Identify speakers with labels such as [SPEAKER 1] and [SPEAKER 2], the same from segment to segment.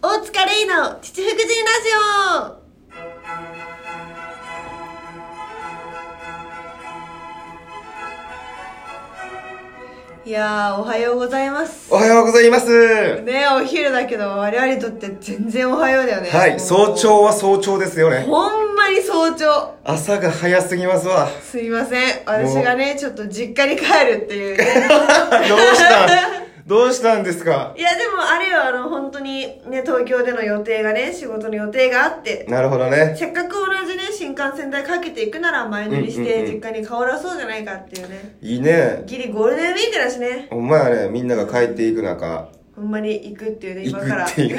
[SPEAKER 1] カレイの父福神ラジオいやーおはようございます
[SPEAKER 2] おはようございます。は
[SPEAKER 1] ねお昼だけど我々にとって全然おはようだよねもう
[SPEAKER 2] い、早朝は早朝ですよね。
[SPEAKER 1] ほんまに早朝
[SPEAKER 2] 朝が早すぎますわ。
[SPEAKER 1] すいません私がねちょっと実家に帰るっていうね
[SPEAKER 2] どうしたどうしたんですか
[SPEAKER 1] いやでもあれよあの本当にね東京での予定がね仕事の予定があって
[SPEAKER 2] なるほどね。
[SPEAKER 1] せっかく同じね新幹線代かけていくなら前乗りし
[SPEAKER 2] うん
[SPEAKER 1] て
[SPEAKER 2] うんう
[SPEAKER 1] 実家に顔出そうじゃないかっていうね
[SPEAKER 2] いいね。
[SPEAKER 1] ギリゴールデンウィークだしね
[SPEAKER 2] お前はね、みんなが帰っていく中、
[SPEAKER 1] ほんまに行くっていうね
[SPEAKER 2] 行
[SPEAKER 1] 今
[SPEAKER 2] く
[SPEAKER 1] から
[SPEAKER 2] っていう。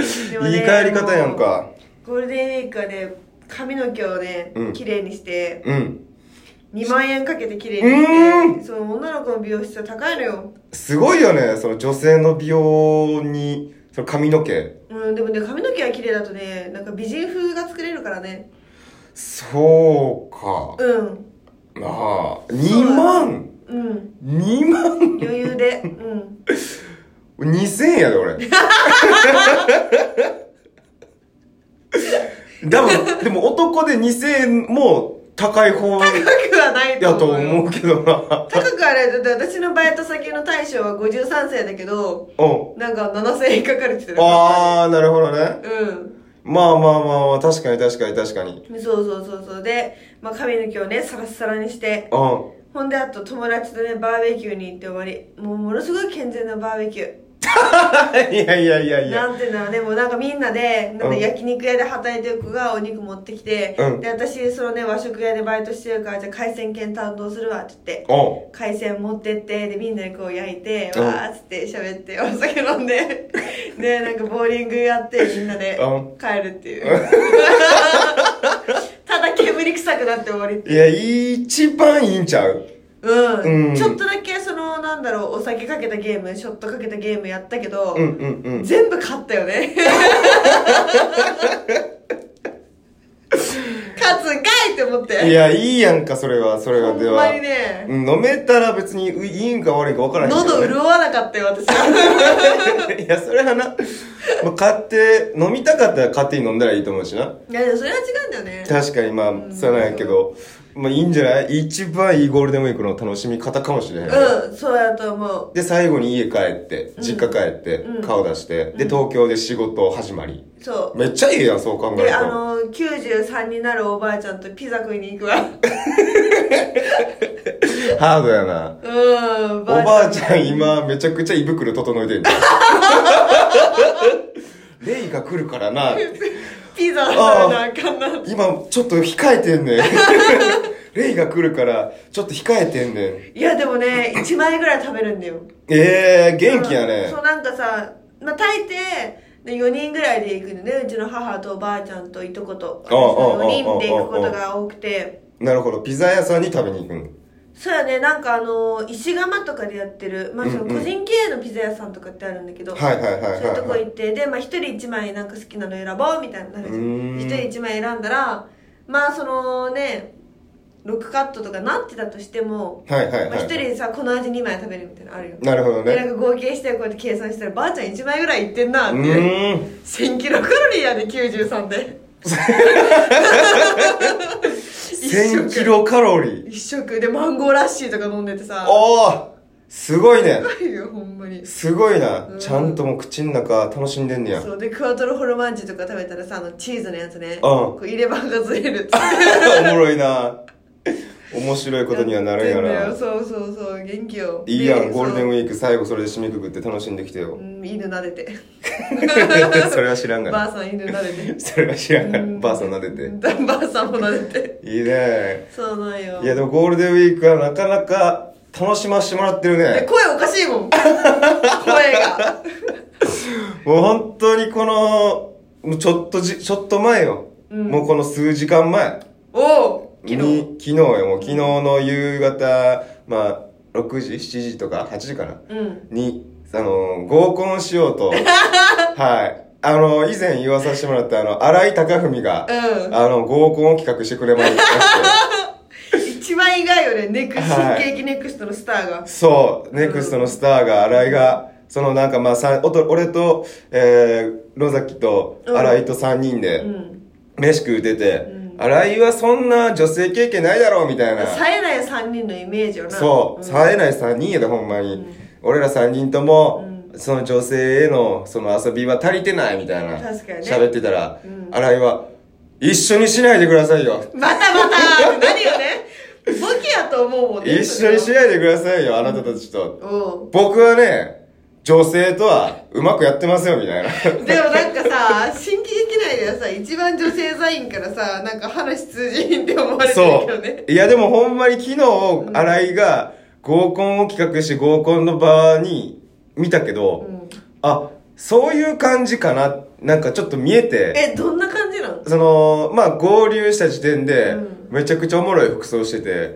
[SPEAKER 1] でも
[SPEAKER 2] い
[SPEAKER 1] ね
[SPEAKER 2] い帰り方やんか。
[SPEAKER 1] ゴールデンウィークはね髪の毛をね
[SPEAKER 2] うん
[SPEAKER 1] 綺麗にして
[SPEAKER 2] うん。
[SPEAKER 1] 2万円かけて綺麗にし
[SPEAKER 2] う
[SPEAKER 1] てその女の子の美容室は高いのよ
[SPEAKER 2] すごいよね、その女性の美容に、その髪の毛。
[SPEAKER 1] うんでもね髪の毛が綺麗だとねなんか美人風が作れるからね
[SPEAKER 2] そうか。
[SPEAKER 1] うん
[SPEAKER 2] なあ。2万
[SPEAKER 1] うん、
[SPEAKER 2] !2 万
[SPEAKER 1] 余裕で、うん。
[SPEAKER 2] !2000 円やで、俺。でも、でも男で2000円も高い方
[SPEAKER 1] 高くはない
[SPEAKER 2] や
[SPEAKER 1] と
[SPEAKER 2] と
[SPEAKER 1] 思うよ。
[SPEAKER 2] 思うけどな。
[SPEAKER 1] 高くはない。だって私のバイト先の大将は53世だけど、
[SPEAKER 2] うん。
[SPEAKER 1] なんか7000円かかるって言ってたよ
[SPEAKER 2] あー、なるほどね。
[SPEAKER 1] う
[SPEAKER 2] まあまあまあまあ、確かに確かに確かに。
[SPEAKER 1] ん。そうそうそうそう。で、まあ、髪の毛をね、サラッサラにして、
[SPEAKER 2] う
[SPEAKER 1] ほんで、あと友達とね、バーベキューに行って終わり。もう、ものすごい健全なバーベキュー。
[SPEAKER 2] ん。いやいやいやいや。
[SPEAKER 1] なんていうのはね、もうなんかみんなで、なんか
[SPEAKER 2] うん
[SPEAKER 1] 焼肉屋で働いてる子がお肉持ってきて、
[SPEAKER 2] うん
[SPEAKER 1] で、私、そのね、和食屋でバイトしてるから、じゃあ海鮮券担当するわって言って、
[SPEAKER 2] うん。
[SPEAKER 1] 海鮮持ってってでみんなでこう焼いて
[SPEAKER 2] うん
[SPEAKER 1] わーっつって喋ってお酒飲んで でなんかボーリングやってみんなで
[SPEAKER 2] う
[SPEAKER 1] 帰るっていう ただ煙臭くなって終わりって
[SPEAKER 2] いや、一番いいんちゃう
[SPEAKER 1] うん、
[SPEAKER 2] うん
[SPEAKER 1] ちょっとだけそのなんだろうお酒かけたゲームショットかけたゲームやったけど、
[SPEAKER 2] うんうんうん。
[SPEAKER 1] 全部勝ったよね勝つんかいって思って
[SPEAKER 2] いや、いいやんか、それは、それは、
[SPEAKER 1] ほ
[SPEAKER 2] で
[SPEAKER 1] ん
[SPEAKER 2] は
[SPEAKER 1] ま。にね、
[SPEAKER 2] うん飲めたら別にいいんか悪いんか分からへんけど、ね。
[SPEAKER 1] 喉潤わなかったよ私は
[SPEAKER 2] いや、それはな、まあ、買って、飲みたかったら勝手に飲んだらいいと思うしな。
[SPEAKER 1] いやでもそれは違うんだよね
[SPEAKER 2] 確かにまあ、
[SPEAKER 1] ん
[SPEAKER 2] そうなんやけど、まあいいんじゃない一番いいゴールデンウィークの楽しみ方かもしれへん。
[SPEAKER 1] うん、そうだと思う。
[SPEAKER 2] で、最後に家帰って、実家帰って、
[SPEAKER 1] うん
[SPEAKER 2] 顔出して、で、東京で仕事始まり。
[SPEAKER 1] そ
[SPEAKER 2] めっちゃいいやん、そう考
[SPEAKER 1] う。
[SPEAKER 2] える
[SPEAKER 1] で、
[SPEAKER 2] と。
[SPEAKER 1] あのー、93になるおばあちゃんとピザ食いに行く わ。
[SPEAKER 2] ハードやな。
[SPEAKER 1] うん、
[SPEAKER 2] おばあちゃん
[SPEAKER 1] に
[SPEAKER 2] 今、めちゃくちゃ胃袋整 えてんだよ。レイが来るからな。
[SPEAKER 1] ピザ食べなあかんな。
[SPEAKER 2] 今、ちょっと控えてんね ん。レイが来るから、ちょっと控えてんねん。
[SPEAKER 1] いや、でもね、1枚ぐらい食べるんだよ。
[SPEAKER 2] ええ元気やね
[SPEAKER 1] そう、。なんかさ、まあ、大抵、で4人ぐらいで行くのね、うちの母とおばあちゃんといとこと。
[SPEAKER 2] ああああ
[SPEAKER 1] 4人で行くことが多くて。
[SPEAKER 2] なるほど。ピザ屋さんに食べに行くん。
[SPEAKER 1] そうやね、なんかあのー、石窯とかでやってる、まあ、その
[SPEAKER 2] うん
[SPEAKER 1] 個
[SPEAKER 2] うん
[SPEAKER 1] 人経営のピザ屋さんとかってあるんだけど。
[SPEAKER 2] はいはいはい
[SPEAKER 1] そういうとこ
[SPEAKER 2] はい。
[SPEAKER 1] 行ってでまあ一人一枚なんか好きなの選ぼうみたいになるじゃ
[SPEAKER 2] うー
[SPEAKER 1] ん
[SPEAKER 2] ん
[SPEAKER 1] 一人一枚選んだらまあそのね6カットとかなってたとしても
[SPEAKER 2] はいはい
[SPEAKER 1] 一、まあ、
[SPEAKER 2] は
[SPEAKER 1] 一人
[SPEAKER 2] い。
[SPEAKER 1] でさこの味2枚食べるみたいなのあるよ、
[SPEAKER 2] なるほど
[SPEAKER 1] でなん
[SPEAKER 2] ね。
[SPEAKER 1] か合計してこうやって計算したらばあちゃん1枚ぐらいいってんな
[SPEAKER 2] う
[SPEAKER 1] っていう
[SPEAKER 2] ーん。
[SPEAKER 1] 1000キロカロリーやで93で
[SPEAKER 2] 1000
[SPEAKER 1] 一
[SPEAKER 2] キ
[SPEAKER 1] 食
[SPEAKER 2] ロカロリー。
[SPEAKER 1] 一食でマンゴーラッシーとか飲んでてさ
[SPEAKER 2] おーすごいね。
[SPEAKER 1] 高いよほんまに
[SPEAKER 2] すごいな
[SPEAKER 1] う。ん
[SPEAKER 2] ちゃんともう口の中楽しんでんねや。
[SPEAKER 1] そうでクワトロフォルマンチとか食べたらさあのチーズのやつね、こう入れ歯がずれるって
[SPEAKER 2] おもろいな。面白い ことにはなるんや
[SPEAKER 1] やってんだよ
[SPEAKER 2] な。
[SPEAKER 1] そうそうそう元気よ
[SPEAKER 2] いいやん、
[SPEAKER 1] で
[SPEAKER 2] ゴールデンウ
[SPEAKER 1] そう
[SPEAKER 2] ィーク最後それで締めくくって楽しんできてよ
[SPEAKER 1] う。ん犬撫でて
[SPEAKER 2] それは知らんが
[SPEAKER 1] ば
[SPEAKER 2] な。
[SPEAKER 1] あさん犬撫でて
[SPEAKER 2] それは知らんが
[SPEAKER 1] う
[SPEAKER 2] な。 ばあさん撫で
[SPEAKER 1] てばあさんも撫でて
[SPEAKER 2] て。いいね。
[SPEAKER 1] そうなんよ
[SPEAKER 2] いやでもゴールデンウィークはなかなか楽しませてもらってる
[SPEAKER 1] で
[SPEAKER 2] ね。
[SPEAKER 1] 声おかしいもん声が
[SPEAKER 2] もう本当にこの、もうちょっとじ、ちょっと前よ。
[SPEAKER 1] うん
[SPEAKER 2] もうこの数時間前
[SPEAKER 1] おお
[SPEAKER 2] に。
[SPEAKER 1] 昨日
[SPEAKER 2] 昨日よ、もう昨日の夕方、まあ、6時、7時とか8時かな。
[SPEAKER 1] うん
[SPEAKER 2] に、あの、合コンしよ うと。はい。あの、以前言わさせてもらったあの、荒井貴文が、
[SPEAKER 1] うん
[SPEAKER 2] あの、合コンを企画してくれました。
[SPEAKER 1] 一番意外よねネクスト
[SPEAKER 2] はい
[SPEAKER 1] ケーキネクストのスターが
[SPEAKER 2] そう、ネクストのスターが、新井が、そのなんかまあさんおと俺と、えー、野崎と
[SPEAKER 1] うん
[SPEAKER 2] 新井と3人
[SPEAKER 1] う
[SPEAKER 2] で
[SPEAKER 1] ん
[SPEAKER 2] 飯食うてて、
[SPEAKER 1] うん
[SPEAKER 2] 新井はそんな女性経験ないだろうみたいな
[SPEAKER 1] 冴えない3人のイメージよな
[SPEAKER 2] そう、
[SPEAKER 1] ん
[SPEAKER 2] 冴えない3人やでほんまに、
[SPEAKER 1] うん
[SPEAKER 2] 俺ら3人とも、
[SPEAKER 1] う
[SPEAKER 2] その女性へのその遊びは足りてないみたいな
[SPEAKER 1] 確かにね
[SPEAKER 2] 喋ってたら、
[SPEAKER 1] うん
[SPEAKER 2] 新井は「一緒にしないでくださいよ」
[SPEAKER 1] またまたってなるよねボケやと思うもんね
[SPEAKER 2] 一緒にしないでくださいよ、あなたたちと。
[SPEAKER 1] う
[SPEAKER 2] 僕はね、女性とはうまくやってますよ、みたいな。
[SPEAKER 1] んでもなんかさ新喜劇内ではさ一番女性座員からさなんか話通じひんって思われてる
[SPEAKER 2] そ
[SPEAKER 1] けどね
[SPEAKER 2] う。いや、でもほんまに昨日、新井が合コンを企画して合コンの場に見たけど、
[SPEAKER 1] うん
[SPEAKER 2] あ、そういう感じかな、なんかちょっと見えて、
[SPEAKER 1] えどんな感じなの
[SPEAKER 2] その、まあ、合流した時点
[SPEAKER 1] う
[SPEAKER 2] で
[SPEAKER 1] ん、
[SPEAKER 2] めちゃくちゃおもろい服装して て。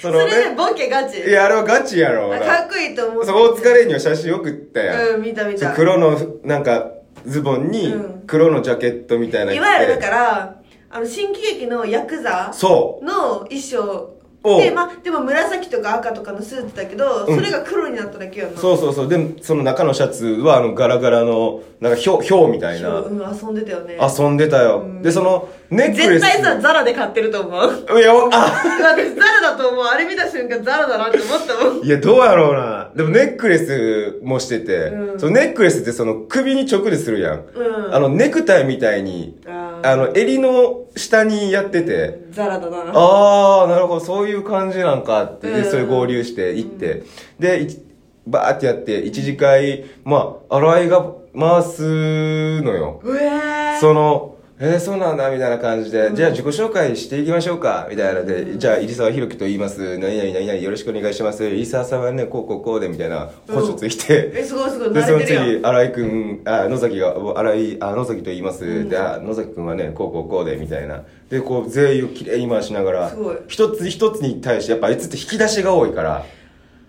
[SPEAKER 1] それで、ボケガチ
[SPEAKER 2] いや、あれはガチやろ。
[SPEAKER 1] あかっこいいと思う
[SPEAKER 2] そこ疲れには写真送ったやん。
[SPEAKER 1] うん見た見
[SPEAKER 2] そう
[SPEAKER 1] た
[SPEAKER 2] 黒のなんかズボンに
[SPEAKER 1] うん
[SPEAKER 2] 黒のジャケットみたいなの着
[SPEAKER 1] い
[SPEAKER 2] て
[SPEAKER 1] わゆるだからあの新喜劇のヤクザ
[SPEAKER 2] そ
[SPEAKER 1] の衣装
[SPEAKER 2] おう
[SPEAKER 1] で,、ま、でも紫とか赤とかのスーツだけど、
[SPEAKER 2] うん
[SPEAKER 1] それが黒になっただけや
[SPEAKER 2] う
[SPEAKER 1] な
[SPEAKER 2] そうそうそうでもその中のシャツはあのガラガラのなんかひょうひょうみたいな
[SPEAKER 1] うん、遊んでたよね
[SPEAKER 2] 遊んでたよでそのネック
[SPEAKER 1] 絶
[SPEAKER 2] レス
[SPEAKER 1] 対さザラで買ってると思う
[SPEAKER 2] いやあ
[SPEAKER 1] 私ザラだと思うあれ見た瞬間ザラだなって思ったもん
[SPEAKER 2] いやどうやろうなでもネックレスもしてて、
[SPEAKER 1] うん
[SPEAKER 2] そのネックレスってその首に直でするやん、
[SPEAKER 1] うん
[SPEAKER 2] あのネクタイみたいに
[SPEAKER 1] あー
[SPEAKER 2] あの襟の下にやってて、
[SPEAKER 1] ザラだな
[SPEAKER 2] ああなるほどそういう感じなんかってで
[SPEAKER 1] うん
[SPEAKER 2] それ合流して行って、でいバーってやって一次会まあ新井が回すのよ、
[SPEAKER 1] うえー
[SPEAKER 2] そのえー、そうなんだみたいな感じで、じゃあ自己紹介していきましょうかみたいなで、じゃあ入沢宏樹と言います何々何々よろしくお願いします入沢さんはねこうこうこうでみたいな補助ついて、
[SPEAKER 1] えすごいすごい
[SPEAKER 2] で、そ
[SPEAKER 1] 慣
[SPEAKER 2] の
[SPEAKER 1] れてるやん
[SPEAKER 2] 次、新井くん、あ、野崎が、お新井、あ、野崎と言います。で、あ、野崎くんはね、こうこうこうで、みたいな。で、こう、全員をきれいに回しながら
[SPEAKER 1] すごい、
[SPEAKER 2] 一つ一つに対して、やっぱあいつって引き出しが多いから、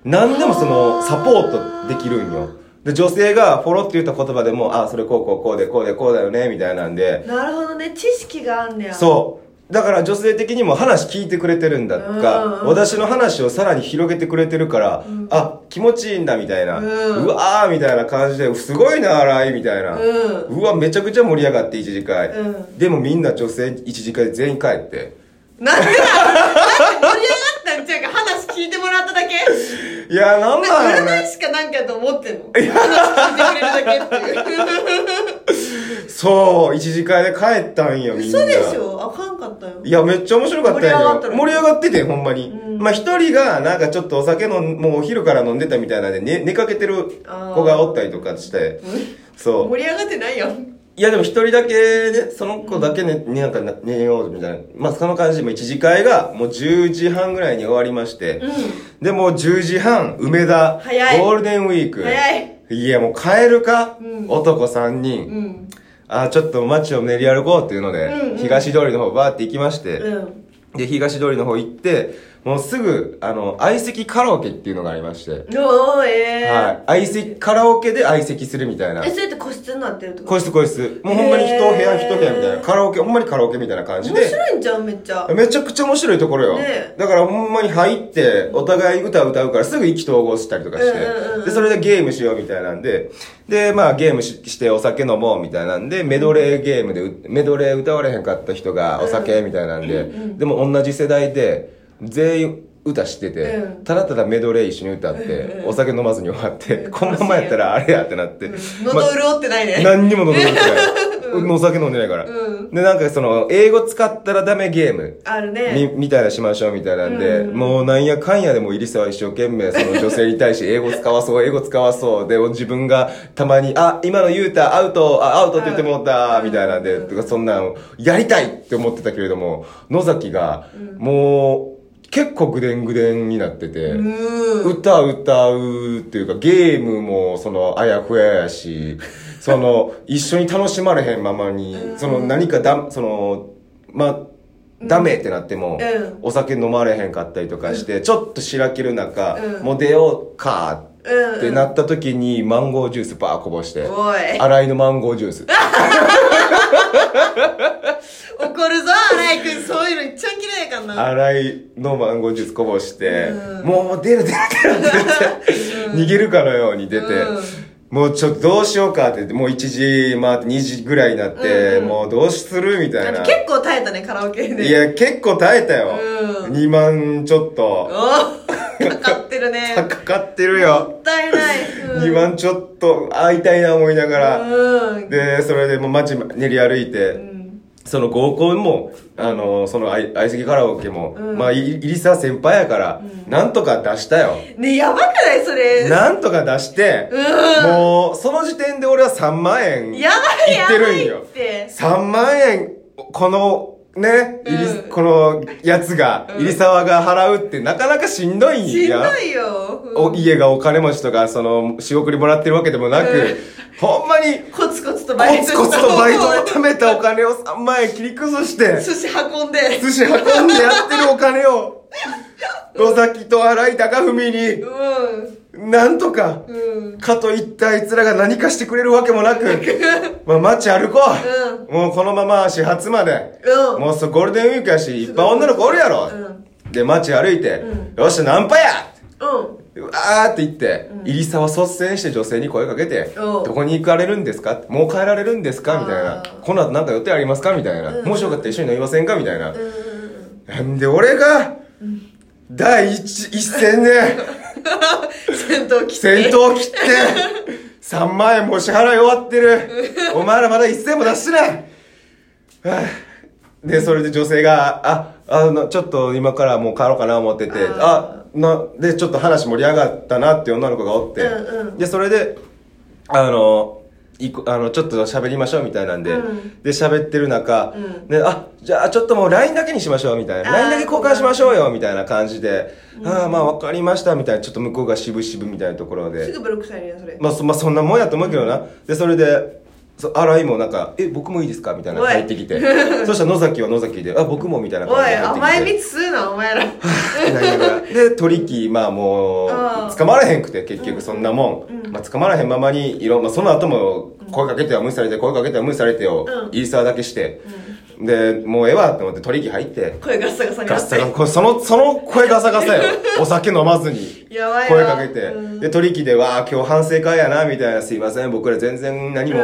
[SPEAKER 2] 何でもその、
[SPEAKER 1] あー
[SPEAKER 2] サポートできるんよ。で、女性が、フォロって言った言葉でも、あ、それこうこうこうで、こうで、こうだよね、みたいなんで、
[SPEAKER 1] なるほどね知識があんねや
[SPEAKER 2] そう。だから女性的にも話聞いてくれてるんだとか、
[SPEAKER 1] うんうん
[SPEAKER 2] 私の話をさらに広げてくれてるから、あ、気持ちいいんだみたいな、
[SPEAKER 1] う
[SPEAKER 2] うんわーみたいな感じで、すごいな、荒井みたいな、
[SPEAKER 1] う
[SPEAKER 2] わ、めちゃくちゃ盛り上がって一次会、
[SPEAKER 1] うん
[SPEAKER 2] でもみんな女性一次会全員帰って。
[SPEAKER 1] なんでだなんで盛り上がったんちゃうか話聞いてもらっただけ
[SPEAKER 2] いやー、なんなんやろ
[SPEAKER 1] 占い
[SPEAKER 2] ね。
[SPEAKER 1] しかなんかと思ってんの話聞いてくれるだけっていう
[SPEAKER 2] そう、一次会で帰ったんよ、みんな。
[SPEAKER 1] 嘘でしょあかんかったよ
[SPEAKER 2] いや、めっちゃ面白かった
[SPEAKER 1] 盛り
[SPEAKER 2] よ。
[SPEAKER 1] 上がったの
[SPEAKER 2] 盛り上がってて、ほんまに。
[SPEAKER 1] うん
[SPEAKER 2] まあ、一人が、なんかちょっとお酒の、もうお昼から飲んでたみたいなんで、寝、寝かけてる
[SPEAKER 1] あー
[SPEAKER 2] 子がおったりとかして。そう。
[SPEAKER 1] 盛り上がってないよ
[SPEAKER 2] いや、でも一人だけね、その子だけね、ねなんかな寝ようみたいな。まあ、その感じで、もう一次会が、もう10時半ぐらいに終わりまして。で、もう10時半、梅田。
[SPEAKER 1] 早い
[SPEAKER 2] ゴールデンウィーク。
[SPEAKER 1] 早い。
[SPEAKER 2] いや、もう帰るか、
[SPEAKER 1] うん
[SPEAKER 2] 男3人。
[SPEAKER 1] うん
[SPEAKER 2] あ、ちょっと街を練り歩こうっていうので、
[SPEAKER 1] うんうん
[SPEAKER 2] 東通りの方バーって行きまして。
[SPEAKER 1] うん
[SPEAKER 2] で、東通りの方行って、もうすぐ、あの、相席カラオケっていうのがありまして、
[SPEAKER 1] おーえー
[SPEAKER 2] はい。相席、カラオケで相席するみたいな
[SPEAKER 1] え。それって個室になってるってこ
[SPEAKER 2] 個
[SPEAKER 1] と
[SPEAKER 2] 室個室。もうほんまに一部屋
[SPEAKER 1] へー
[SPEAKER 2] 一部屋みたいな。カラオケ、ほんまにカラオケみたいな感じ
[SPEAKER 1] 面
[SPEAKER 2] で。
[SPEAKER 1] 白いんじゃんめっちゃ
[SPEAKER 2] めちゃくちゃ面白いところよ。
[SPEAKER 1] ねえ
[SPEAKER 2] だからほんまに入って、お互い歌歌うからすぐ意気投合したりとかして、
[SPEAKER 1] うんうんうんうん
[SPEAKER 2] で、それでゲームしようみたいなんで、で、まあゲームししてお酒飲もうみたいなんで、メドレーゲームでう、メドレー歌われへんかった人がお酒みたいなんで、でも同じ世代で、全員、歌してて、
[SPEAKER 1] うん
[SPEAKER 2] ただただメドレー一緒に歌って、
[SPEAKER 1] うんうん
[SPEAKER 2] お酒飲まずに終わって、
[SPEAKER 1] うん
[SPEAKER 2] このままやったらあれやってなって、ま
[SPEAKER 1] 喉潤ってないね
[SPEAKER 2] 何にも飲んでない。お酒飲んでないから。
[SPEAKER 1] う
[SPEAKER 2] で、なんかその、英語使ったらダメゲーム。
[SPEAKER 1] ある
[SPEAKER 2] み
[SPEAKER 1] ね
[SPEAKER 2] みたいなしましょうみたいなんで、
[SPEAKER 1] うん
[SPEAKER 2] もうなんやかんやでも入沢一生懸 命その女性に対して英語使わそう英語使わそうで自分がたまに「あ今の言うたアウトあアウトって言ってもうた」みたいなんで、とかそんなんやりたいって思ってたけれども野崎がもう結構ぐでんぐでんになってて、
[SPEAKER 1] うん
[SPEAKER 2] 歌歌うっていうかゲームもそのあやふややしその一緒に楽しまれへんままにその何かだそのまダメってなっても、
[SPEAKER 1] うん
[SPEAKER 2] お酒飲まれへんかったりとかして、ちょっとしらける中、
[SPEAKER 1] うん
[SPEAKER 2] もう出ようか
[SPEAKER 1] うん
[SPEAKER 2] ってなった時に、マンゴージュースバーこぼして、
[SPEAKER 1] おい
[SPEAKER 2] 新井のマンゴージュース。
[SPEAKER 1] 怒るぞ荒井君そういうのいっちゃ嫌いやからな
[SPEAKER 2] 洗いのマンゴージュースこぼして、
[SPEAKER 1] う
[SPEAKER 2] もう出る出る出るって言って、逃げるかのように出て、
[SPEAKER 1] うん
[SPEAKER 2] もうちょっとどうしようかって言って、もう1時回って2時ぐらいになって、
[SPEAKER 1] うんうん
[SPEAKER 2] もうどうするみたいな。
[SPEAKER 1] 結構耐えたねカラオケで
[SPEAKER 2] いや、結構耐えたよ。
[SPEAKER 1] うん
[SPEAKER 2] 2万ちょっ
[SPEAKER 1] お
[SPEAKER 2] と。
[SPEAKER 1] ーかかってる ね
[SPEAKER 2] かかってるよ。
[SPEAKER 1] もったいない、うん
[SPEAKER 2] 2万ちょっと会いたいな思いながら。
[SPEAKER 1] うん
[SPEAKER 2] で、それでもう街練り歩いて、
[SPEAKER 1] うん
[SPEAKER 2] その合コンも、あの、その相相席カラオケも、
[SPEAKER 1] うん
[SPEAKER 2] まあ、い入沢先輩やから、なんとか出したよ。
[SPEAKER 1] ねやばくないそれ
[SPEAKER 2] なんとか出して、
[SPEAKER 1] うん
[SPEAKER 2] もう、その時点で俺は3万円。
[SPEAKER 1] やばい
[SPEAKER 2] 言
[SPEAKER 1] や
[SPEAKER 2] っ
[SPEAKER 1] ば
[SPEAKER 2] てるん
[SPEAKER 1] い
[SPEAKER 2] よ
[SPEAKER 1] って
[SPEAKER 2] 3万円、この、ね、入り
[SPEAKER 1] うん
[SPEAKER 2] このやつが、
[SPEAKER 1] うん
[SPEAKER 2] 入沢が払うってなかなかしんどいんや。
[SPEAKER 1] しんどいよ、うん
[SPEAKER 2] お家がお金持ちとか、その、仕送りもらってるわけでもなく、ほんまに、
[SPEAKER 1] コツコツと
[SPEAKER 2] コ
[SPEAKER 1] バイト
[SPEAKER 2] ツコツとバイトで貯めたお金を3万円切り崩し て、
[SPEAKER 1] 寿司運んで
[SPEAKER 2] 寿司運んでやってるお金を、野崎と新井貴文に、
[SPEAKER 1] う
[SPEAKER 2] なんとか、
[SPEAKER 1] んうん
[SPEAKER 2] かといったあいつらが何かしてくれるわけ もなく、まあ街歩こう、もうこのまま始発まで、
[SPEAKER 1] うん
[SPEAKER 2] もうそうゴールデンウィークやし、いっぱい女の子おるやろ、で、街歩いて、
[SPEAKER 1] う
[SPEAKER 2] よっしゃ、ナンパや
[SPEAKER 1] うん
[SPEAKER 2] うわーって言って、入沢率先して女性に声かけて、
[SPEAKER 1] お
[SPEAKER 2] どこに行かれるんですかもう帰られるんですかみたいな
[SPEAKER 1] あ。ー
[SPEAKER 2] この後なんか予定ありますかみたいな。
[SPEAKER 1] うん
[SPEAKER 2] もしよかったら一緒に飲みませんかみたいな。
[SPEAKER 1] うん
[SPEAKER 2] なんで俺が、第一一戦で、
[SPEAKER 1] 戦闘機
[SPEAKER 2] 戦闘切って、3 万円も支払い終わってる。お前らまだ一銭も出してない。はぁで、それで女性が、あ、あの、ちょっと今からもう帰ろうかな思ってて、あ
[SPEAKER 1] あ
[SPEAKER 2] な、で、ちょっと話盛り上がったなって女の子がおって、
[SPEAKER 1] うんうん
[SPEAKER 2] で、それで、あの、いこあの、ちょっと喋りましょうみたいなんで、
[SPEAKER 1] うん
[SPEAKER 2] で、喋ってる中、
[SPEAKER 1] うん
[SPEAKER 2] で、あ、じゃあちょっともう LINE だけにしましょうみたいな、
[SPEAKER 1] あー
[SPEAKER 2] LINE だけ交換しましょうよみたいな感じで、ああ、まあわかりましたみたいな、ちょっと向こうが渋々みたいなところ
[SPEAKER 1] す
[SPEAKER 2] で、
[SPEAKER 1] ぐブロックされるよそれ
[SPEAKER 2] まあそ,、まあ、そんなもんやと思うけどな。で、それで、そ新井もなんか、え、僕もいいですかみたいな入ってきて。 そしたら野崎は野崎で、あ、僕もみたいな
[SPEAKER 1] お
[SPEAKER 2] 感じ
[SPEAKER 1] い
[SPEAKER 2] で入ってきて。
[SPEAKER 1] 甘えみつ吸うなお前ら
[SPEAKER 2] ってなりながらで 取引まあも
[SPEAKER 1] あ
[SPEAKER 2] う
[SPEAKER 1] あ
[SPEAKER 2] 捕まらへんくて結局そんなもん、まあ、捕まらへんままにいろ、まあ、その後も声かけては無視されて声かけては無視されてを
[SPEAKER 1] うん
[SPEAKER 2] イーサーだけして、でもうええわと思って取引入って
[SPEAKER 1] 声ガッサガサにな
[SPEAKER 2] ガッ
[SPEAKER 1] って
[SPEAKER 2] サガサこれそのその声ガサガ サよお酒飲まずに
[SPEAKER 1] やばい
[SPEAKER 2] 声
[SPEAKER 1] わ
[SPEAKER 2] かけて、
[SPEAKER 1] うん
[SPEAKER 2] で取引で「わあ今日反省会やな」みたいな「すいません僕ら全然何も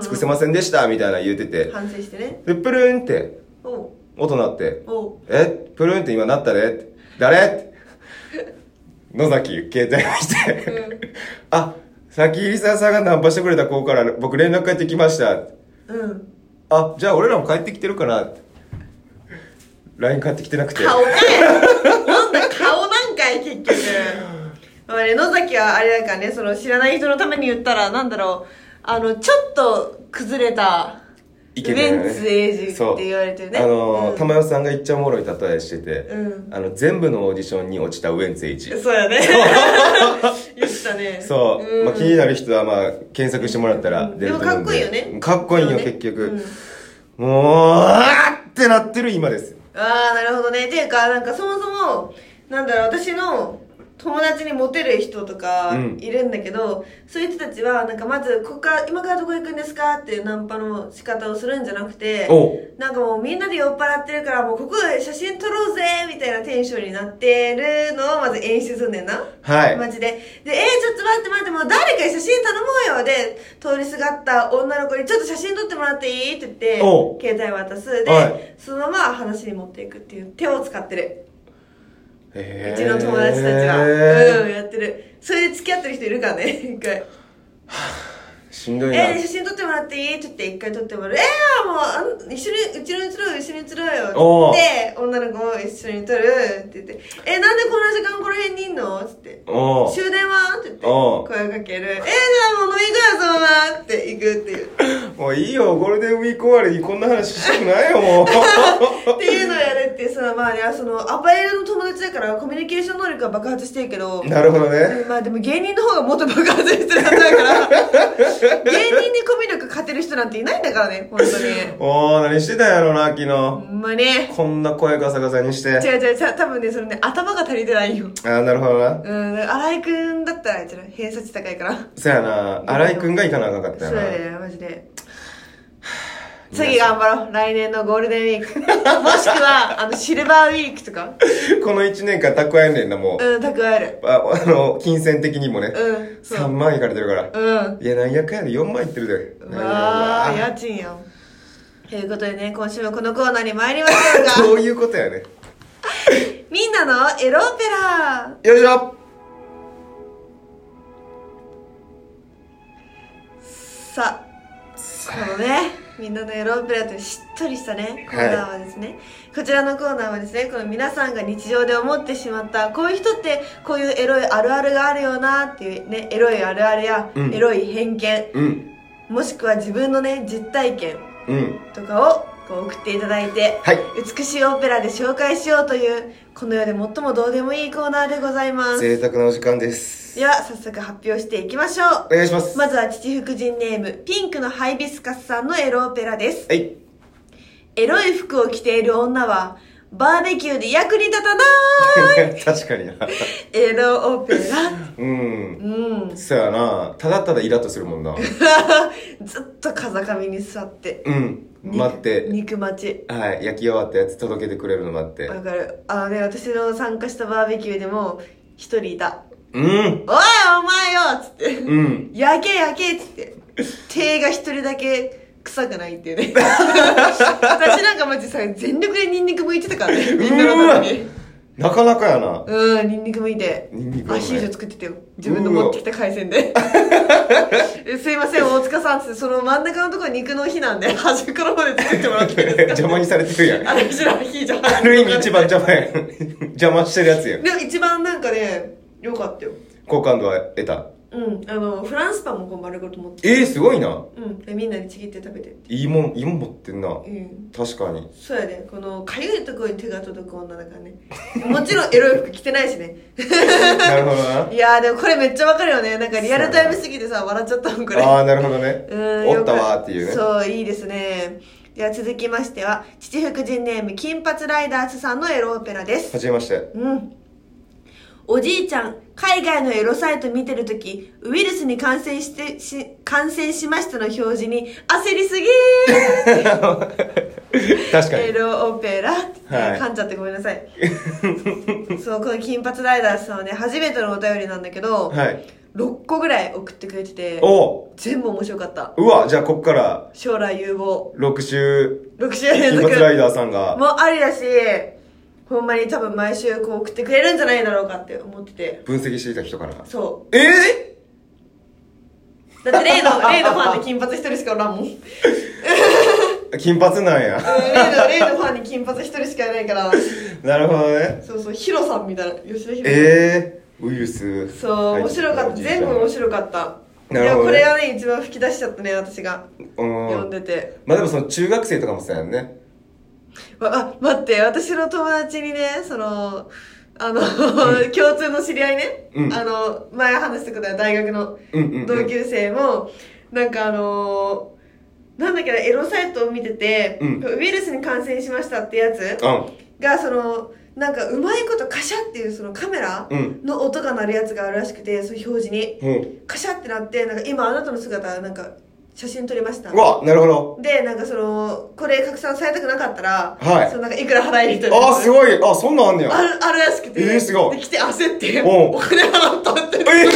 [SPEAKER 2] 尽くせませんでした」みたいな言うてて
[SPEAKER 1] 反省してね
[SPEAKER 2] でプルンって
[SPEAKER 1] おう
[SPEAKER 2] 音鳴って
[SPEAKER 1] おう
[SPEAKER 2] えプルンって今なったでって誰って野崎携帯見して、あさっき入澤さんがナンパしてくれた子から僕連絡返ってきました
[SPEAKER 1] うん
[SPEAKER 2] あじゃあ俺らも帰ってきてるかな LINE 帰ってきてなくて
[SPEAKER 1] 顔かいなんだ顔なんかい結局まあね野崎はあれだからねその知らない人のために言ったらなんだろうあのちょっと崩れた
[SPEAKER 2] イケメンやね
[SPEAKER 1] ウエンツエイジって言われてるね
[SPEAKER 2] そうあのー
[SPEAKER 1] うん
[SPEAKER 2] 玉代さんがいっちゃおもろい例えしてて、
[SPEAKER 1] うん
[SPEAKER 2] あの全部のオーディションに落ちたウエンツエイジ
[SPEAKER 1] そうやね言ってたね
[SPEAKER 2] そう、
[SPEAKER 1] ん
[SPEAKER 2] まあ、気になる人はまあ検索してもらったら
[SPEAKER 1] うん
[SPEAKER 2] 出ると思う
[SPEAKER 1] で
[SPEAKER 2] んで
[SPEAKER 1] もかっこいいよね
[SPEAKER 2] かっこいいよ、
[SPEAKER 1] そうね
[SPEAKER 2] 結局、
[SPEAKER 1] うん
[SPEAKER 2] もうあーってなってる今です
[SPEAKER 1] ああなるほどねっていうかなんかそもそもなんだろう私の友達にモテる人とか
[SPEAKER 2] うん
[SPEAKER 1] いるんだけど、そういう人たちはなんかまずここから今からどこ行くんですかっていうナンパの仕方をするんじゃなくて
[SPEAKER 2] お
[SPEAKER 1] なんかもうみんなで酔っ払ってるからもうここで写真撮ろうぜみたいなテンションになってるのをまず演出すんねんな
[SPEAKER 2] はい
[SPEAKER 1] マジで。で、えー、ちょっと待って待って、もう誰かに写真頼もうよで、通りすがった女の子にちょっと写真撮ってもらっていいって言って
[SPEAKER 2] おう、
[SPEAKER 1] 携帯渡す。で、
[SPEAKER 2] はい
[SPEAKER 1] そのまま話に持っていくっていう手を使ってる。
[SPEAKER 2] え
[SPEAKER 1] うちの友達たちは。うん、やってる。それで付き合ってる人いるからね、一回。
[SPEAKER 2] しんどいな、
[SPEAKER 1] えー、写真撮ってもらっていいって言って一回撮ってもらう。えー、もうあん、一緒に、うちのに撮ろうよ、一緒に撮ろう
[SPEAKER 2] お
[SPEAKER 1] よ
[SPEAKER 2] う。
[SPEAKER 1] で、女の子も一緒に撮るって言って、えー、なんでこんな時間この辺にいんのって言って。
[SPEAKER 2] おう
[SPEAKER 1] 終電はって言って
[SPEAKER 2] おう
[SPEAKER 1] 声かける「えー、じゃあもう飲み行くよそのまま」って行くっていう
[SPEAKER 2] もういいよゴールデンウィーク終わりにこんな話したくないよ もう
[SPEAKER 1] っていうのをやるってそのまあねそのアパレルの友達だからコミュニケーション能力が爆発してるけど
[SPEAKER 2] なるほどね
[SPEAKER 1] まあでも芸人の方がもっと爆発してるはずだから芸人にコミュ力勝てる人なんていないんだからね本当に
[SPEAKER 2] おお何してたんやろな昨
[SPEAKER 1] ほ
[SPEAKER 2] 日
[SPEAKER 1] んまに違
[SPEAKER 2] こんな声ガサガサにして
[SPEAKER 1] う違う違う多分ねそのね頭が足りてないよ
[SPEAKER 2] ああなるほどな
[SPEAKER 1] うん新井君だったらあれじゃない偏差値高いから
[SPEAKER 2] そやな新井くんが行かなあかんかった
[SPEAKER 1] そ
[SPEAKER 2] よ
[SPEAKER 1] う
[SPEAKER 2] な
[SPEAKER 1] だよマジで次頑張ろう来年のゴールデンウィ ークもしくはあのシルバーウィークとか
[SPEAKER 2] この1年間蓄えんねんな、もう。
[SPEAKER 1] うん蓄える
[SPEAKER 2] ああの、金銭的にもね。
[SPEAKER 1] うんそう
[SPEAKER 2] 3万いかれてるから。
[SPEAKER 1] うん
[SPEAKER 2] いや、何百円で4万いってるで。
[SPEAKER 1] わあ
[SPEAKER 2] なんや
[SPEAKER 1] 家賃やんということでね今週もこのコーナーに参りましょう か
[SPEAKER 2] そういうことやね。
[SPEAKER 1] みんなのエロオペラ
[SPEAKER 2] よいしょ
[SPEAKER 1] さあこのねみんなのエロオペラというしっとりしたねコーナーはですね、こちらのコーナーはですねこの皆さんが日常で思ってしまったこういう人ってこういうエロいあるあるがあるよなっていうねエロいあるあるや、
[SPEAKER 2] うん
[SPEAKER 1] エロい偏見
[SPEAKER 2] うん。
[SPEAKER 1] もしくは自分のね実体験
[SPEAKER 2] うん。
[SPEAKER 1] とかをこう送っていただいて
[SPEAKER 2] はい。
[SPEAKER 1] 美しいオペラで紹介しようというこの世で最もどうでもいいコーナーでございます
[SPEAKER 2] 贅沢なお時間です。
[SPEAKER 1] では早速発表していきましょ
[SPEAKER 2] お
[SPEAKER 1] う
[SPEAKER 2] 願いします。
[SPEAKER 1] まずは父福神ネームピンクのハイビスカスさんのエロオペラです
[SPEAKER 2] はい。
[SPEAKER 1] エロい服を着ている女はバーベキューで役に立 たない
[SPEAKER 2] 確かにな。
[SPEAKER 1] エロオペラ
[SPEAKER 2] うん。
[SPEAKER 1] うん
[SPEAKER 2] そやな。ただただイラッとするもんな。
[SPEAKER 1] ずっと風上に座って
[SPEAKER 2] うん。
[SPEAKER 1] 肉
[SPEAKER 2] 待って。
[SPEAKER 1] 肉待ち
[SPEAKER 2] はい。焼き終わったやつ届けてくれるの待って。
[SPEAKER 1] わかるあのね私の参加したバーベキューでも一人いた
[SPEAKER 2] う
[SPEAKER 1] 「
[SPEAKER 2] ん。
[SPEAKER 1] おいお前よ!」っつって
[SPEAKER 2] うん。
[SPEAKER 1] 焼け焼けっつって手が一人だけ臭くないって いうね私なんかマジさ全力でニンニク剥いてたからねみんなのために
[SPEAKER 2] なかなかやな。
[SPEAKER 1] うんニンニク剥いて
[SPEAKER 2] ニンニク
[SPEAKER 1] ア
[SPEAKER 2] はね
[SPEAKER 1] ヒージョ作ってたよ自分の持ってきた海鮮でえ すいません大塚さんっつってその真ん中のところ肉の日なんで端っこの方で作ってもらっていいです
[SPEAKER 2] 邪魔にされてるやん。
[SPEAKER 1] か私らアヒージョ
[SPEAKER 2] ある意味一番邪魔やん。邪魔してるやつやん。
[SPEAKER 1] でも一番なんかね良かったよ
[SPEAKER 2] 好感度は得た。
[SPEAKER 1] うんあのフランスパンもこう丸ごと持って
[SPEAKER 2] ええすごいな。
[SPEAKER 1] うんでみんなでちぎって食べて
[SPEAKER 2] いいもん、いいもん持ってんな。
[SPEAKER 1] うん
[SPEAKER 2] 確かに。
[SPEAKER 1] そうやねこのかゆいところに手が届く女だからねもちろんエロい服着てないしね
[SPEAKER 2] なるほどない
[SPEAKER 1] やーでもこれめっちゃわかるよねなんかリアルタイムすぎてさ笑っちゃったもんこれ。
[SPEAKER 2] ああー、なるほどね。
[SPEAKER 1] うん
[SPEAKER 2] おったわーっていうね。
[SPEAKER 1] そういいですねでは続きましては父福神ネーム金髪ライダースさんのエロオペラです
[SPEAKER 2] はじめま して。
[SPEAKER 1] うん。おじいちゃん、海外のエロサイト見てるとき、ウイルスに感染して、し、感染しましたの表示に、焦りすぎー
[SPEAKER 2] 確か
[SPEAKER 1] エ
[SPEAKER 2] に。
[SPEAKER 1] ロオペラ、
[SPEAKER 2] はい
[SPEAKER 1] 噛んじゃってごめんなさい。 そう、この金髪ライダーさんはね、初めてのお便りなんだけど、
[SPEAKER 2] はい。
[SPEAKER 1] 6個ぐらい送ってくれてて、
[SPEAKER 2] おう
[SPEAKER 1] 全部面白かった。
[SPEAKER 2] うわ、じゃあこっから、
[SPEAKER 1] 将来有望。
[SPEAKER 2] 6週、
[SPEAKER 1] 6週連
[SPEAKER 2] 金
[SPEAKER 1] 続。
[SPEAKER 2] 髪ライダーさんが、
[SPEAKER 1] もうありだし、ほんまに多分毎週こう送ってくれるんじゃないだろうかって思ってて。
[SPEAKER 2] 分析していた人から。
[SPEAKER 1] そう。
[SPEAKER 2] ええ
[SPEAKER 1] だって 例の、例のファンで金髪一人しかおらんもん。うん例
[SPEAKER 2] 金髪なんや。
[SPEAKER 1] の、例のファンに金髪一人しかいないから、
[SPEAKER 2] なるほどね。
[SPEAKER 1] そうそう、ヒロさんみたいな、吉田ヒロさん。
[SPEAKER 2] ええウイルス。
[SPEAKER 1] そう、面白かった。全部面
[SPEAKER 2] 白
[SPEAKER 1] 白かった。
[SPEAKER 2] なるほど
[SPEAKER 1] い
[SPEAKER 2] ね
[SPEAKER 1] や、これがね、一番吹き出しちゃったね、私が。
[SPEAKER 2] う
[SPEAKER 1] 読ん
[SPEAKER 2] ん。
[SPEAKER 1] でて。
[SPEAKER 2] まあでもその中学生とかもそうやんね。
[SPEAKER 1] わあ、待って、私の友達にね、その、あの、共通の知り合いね、
[SPEAKER 2] うん
[SPEAKER 1] あの、前話したことは大学の
[SPEAKER 2] うんうん、うん。
[SPEAKER 1] 同級生も、なんかあのーなんだっけな、エロサイトを見てて、
[SPEAKER 2] うん
[SPEAKER 1] ウイルスに感染しましたってやつ
[SPEAKER 2] う
[SPEAKER 1] がそのなんかうまいことカシャっていうそのカメラ
[SPEAKER 2] ん。うん。
[SPEAKER 1] の音が鳴るやつがあるらしくてその表示に
[SPEAKER 2] うん。
[SPEAKER 1] カシャってなってなんか今あなたの姿なんか写真撮りました
[SPEAKER 2] うわ、なるほど。
[SPEAKER 1] でなんかそのこれ拡散されたくなかったら、
[SPEAKER 2] はい
[SPEAKER 1] そのなんかいくら払えるみたいな
[SPEAKER 2] ああ、す
[SPEAKER 1] い
[SPEAKER 2] ごい。あ、そんなんあんね
[SPEAKER 1] あ
[SPEAKER 2] や。
[SPEAKER 1] るあるらしくて、
[SPEAKER 2] えーすごい
[SPEAKER 1] で来て焦って
[SPEAKER 2] おう
[SPEAKER 1] お金払ったって
[SPEAKER 2] ええ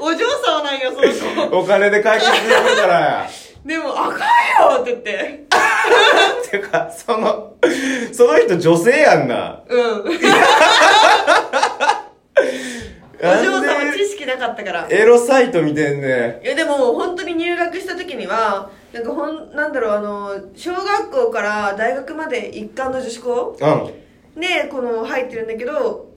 [SPEAKER 1] お嬢様なんよその
[SPEAKER 2] お金で解決するからや。
[SPEAKER 1] 子でも「あかんよ!」って言って
[SPEAKER 2] てか、その、その人女性やんな。
[SPEAKER 1] うんお嬢
[SPEAKER 2] なん
[SPEAKER 1] 様
[SPEAKER 2] で
[SPEAKER 1] 知識なかったから
[SPEAKER 2] エロサイト見てんね
[SPEAKER 1] いやでも本当に入学した時にはなんかほんなんだろうあの小学校から大学まで一貫の女子校
[SPEAKER 2] うん。
[SPEAKER 1] でこの入ってるんだけど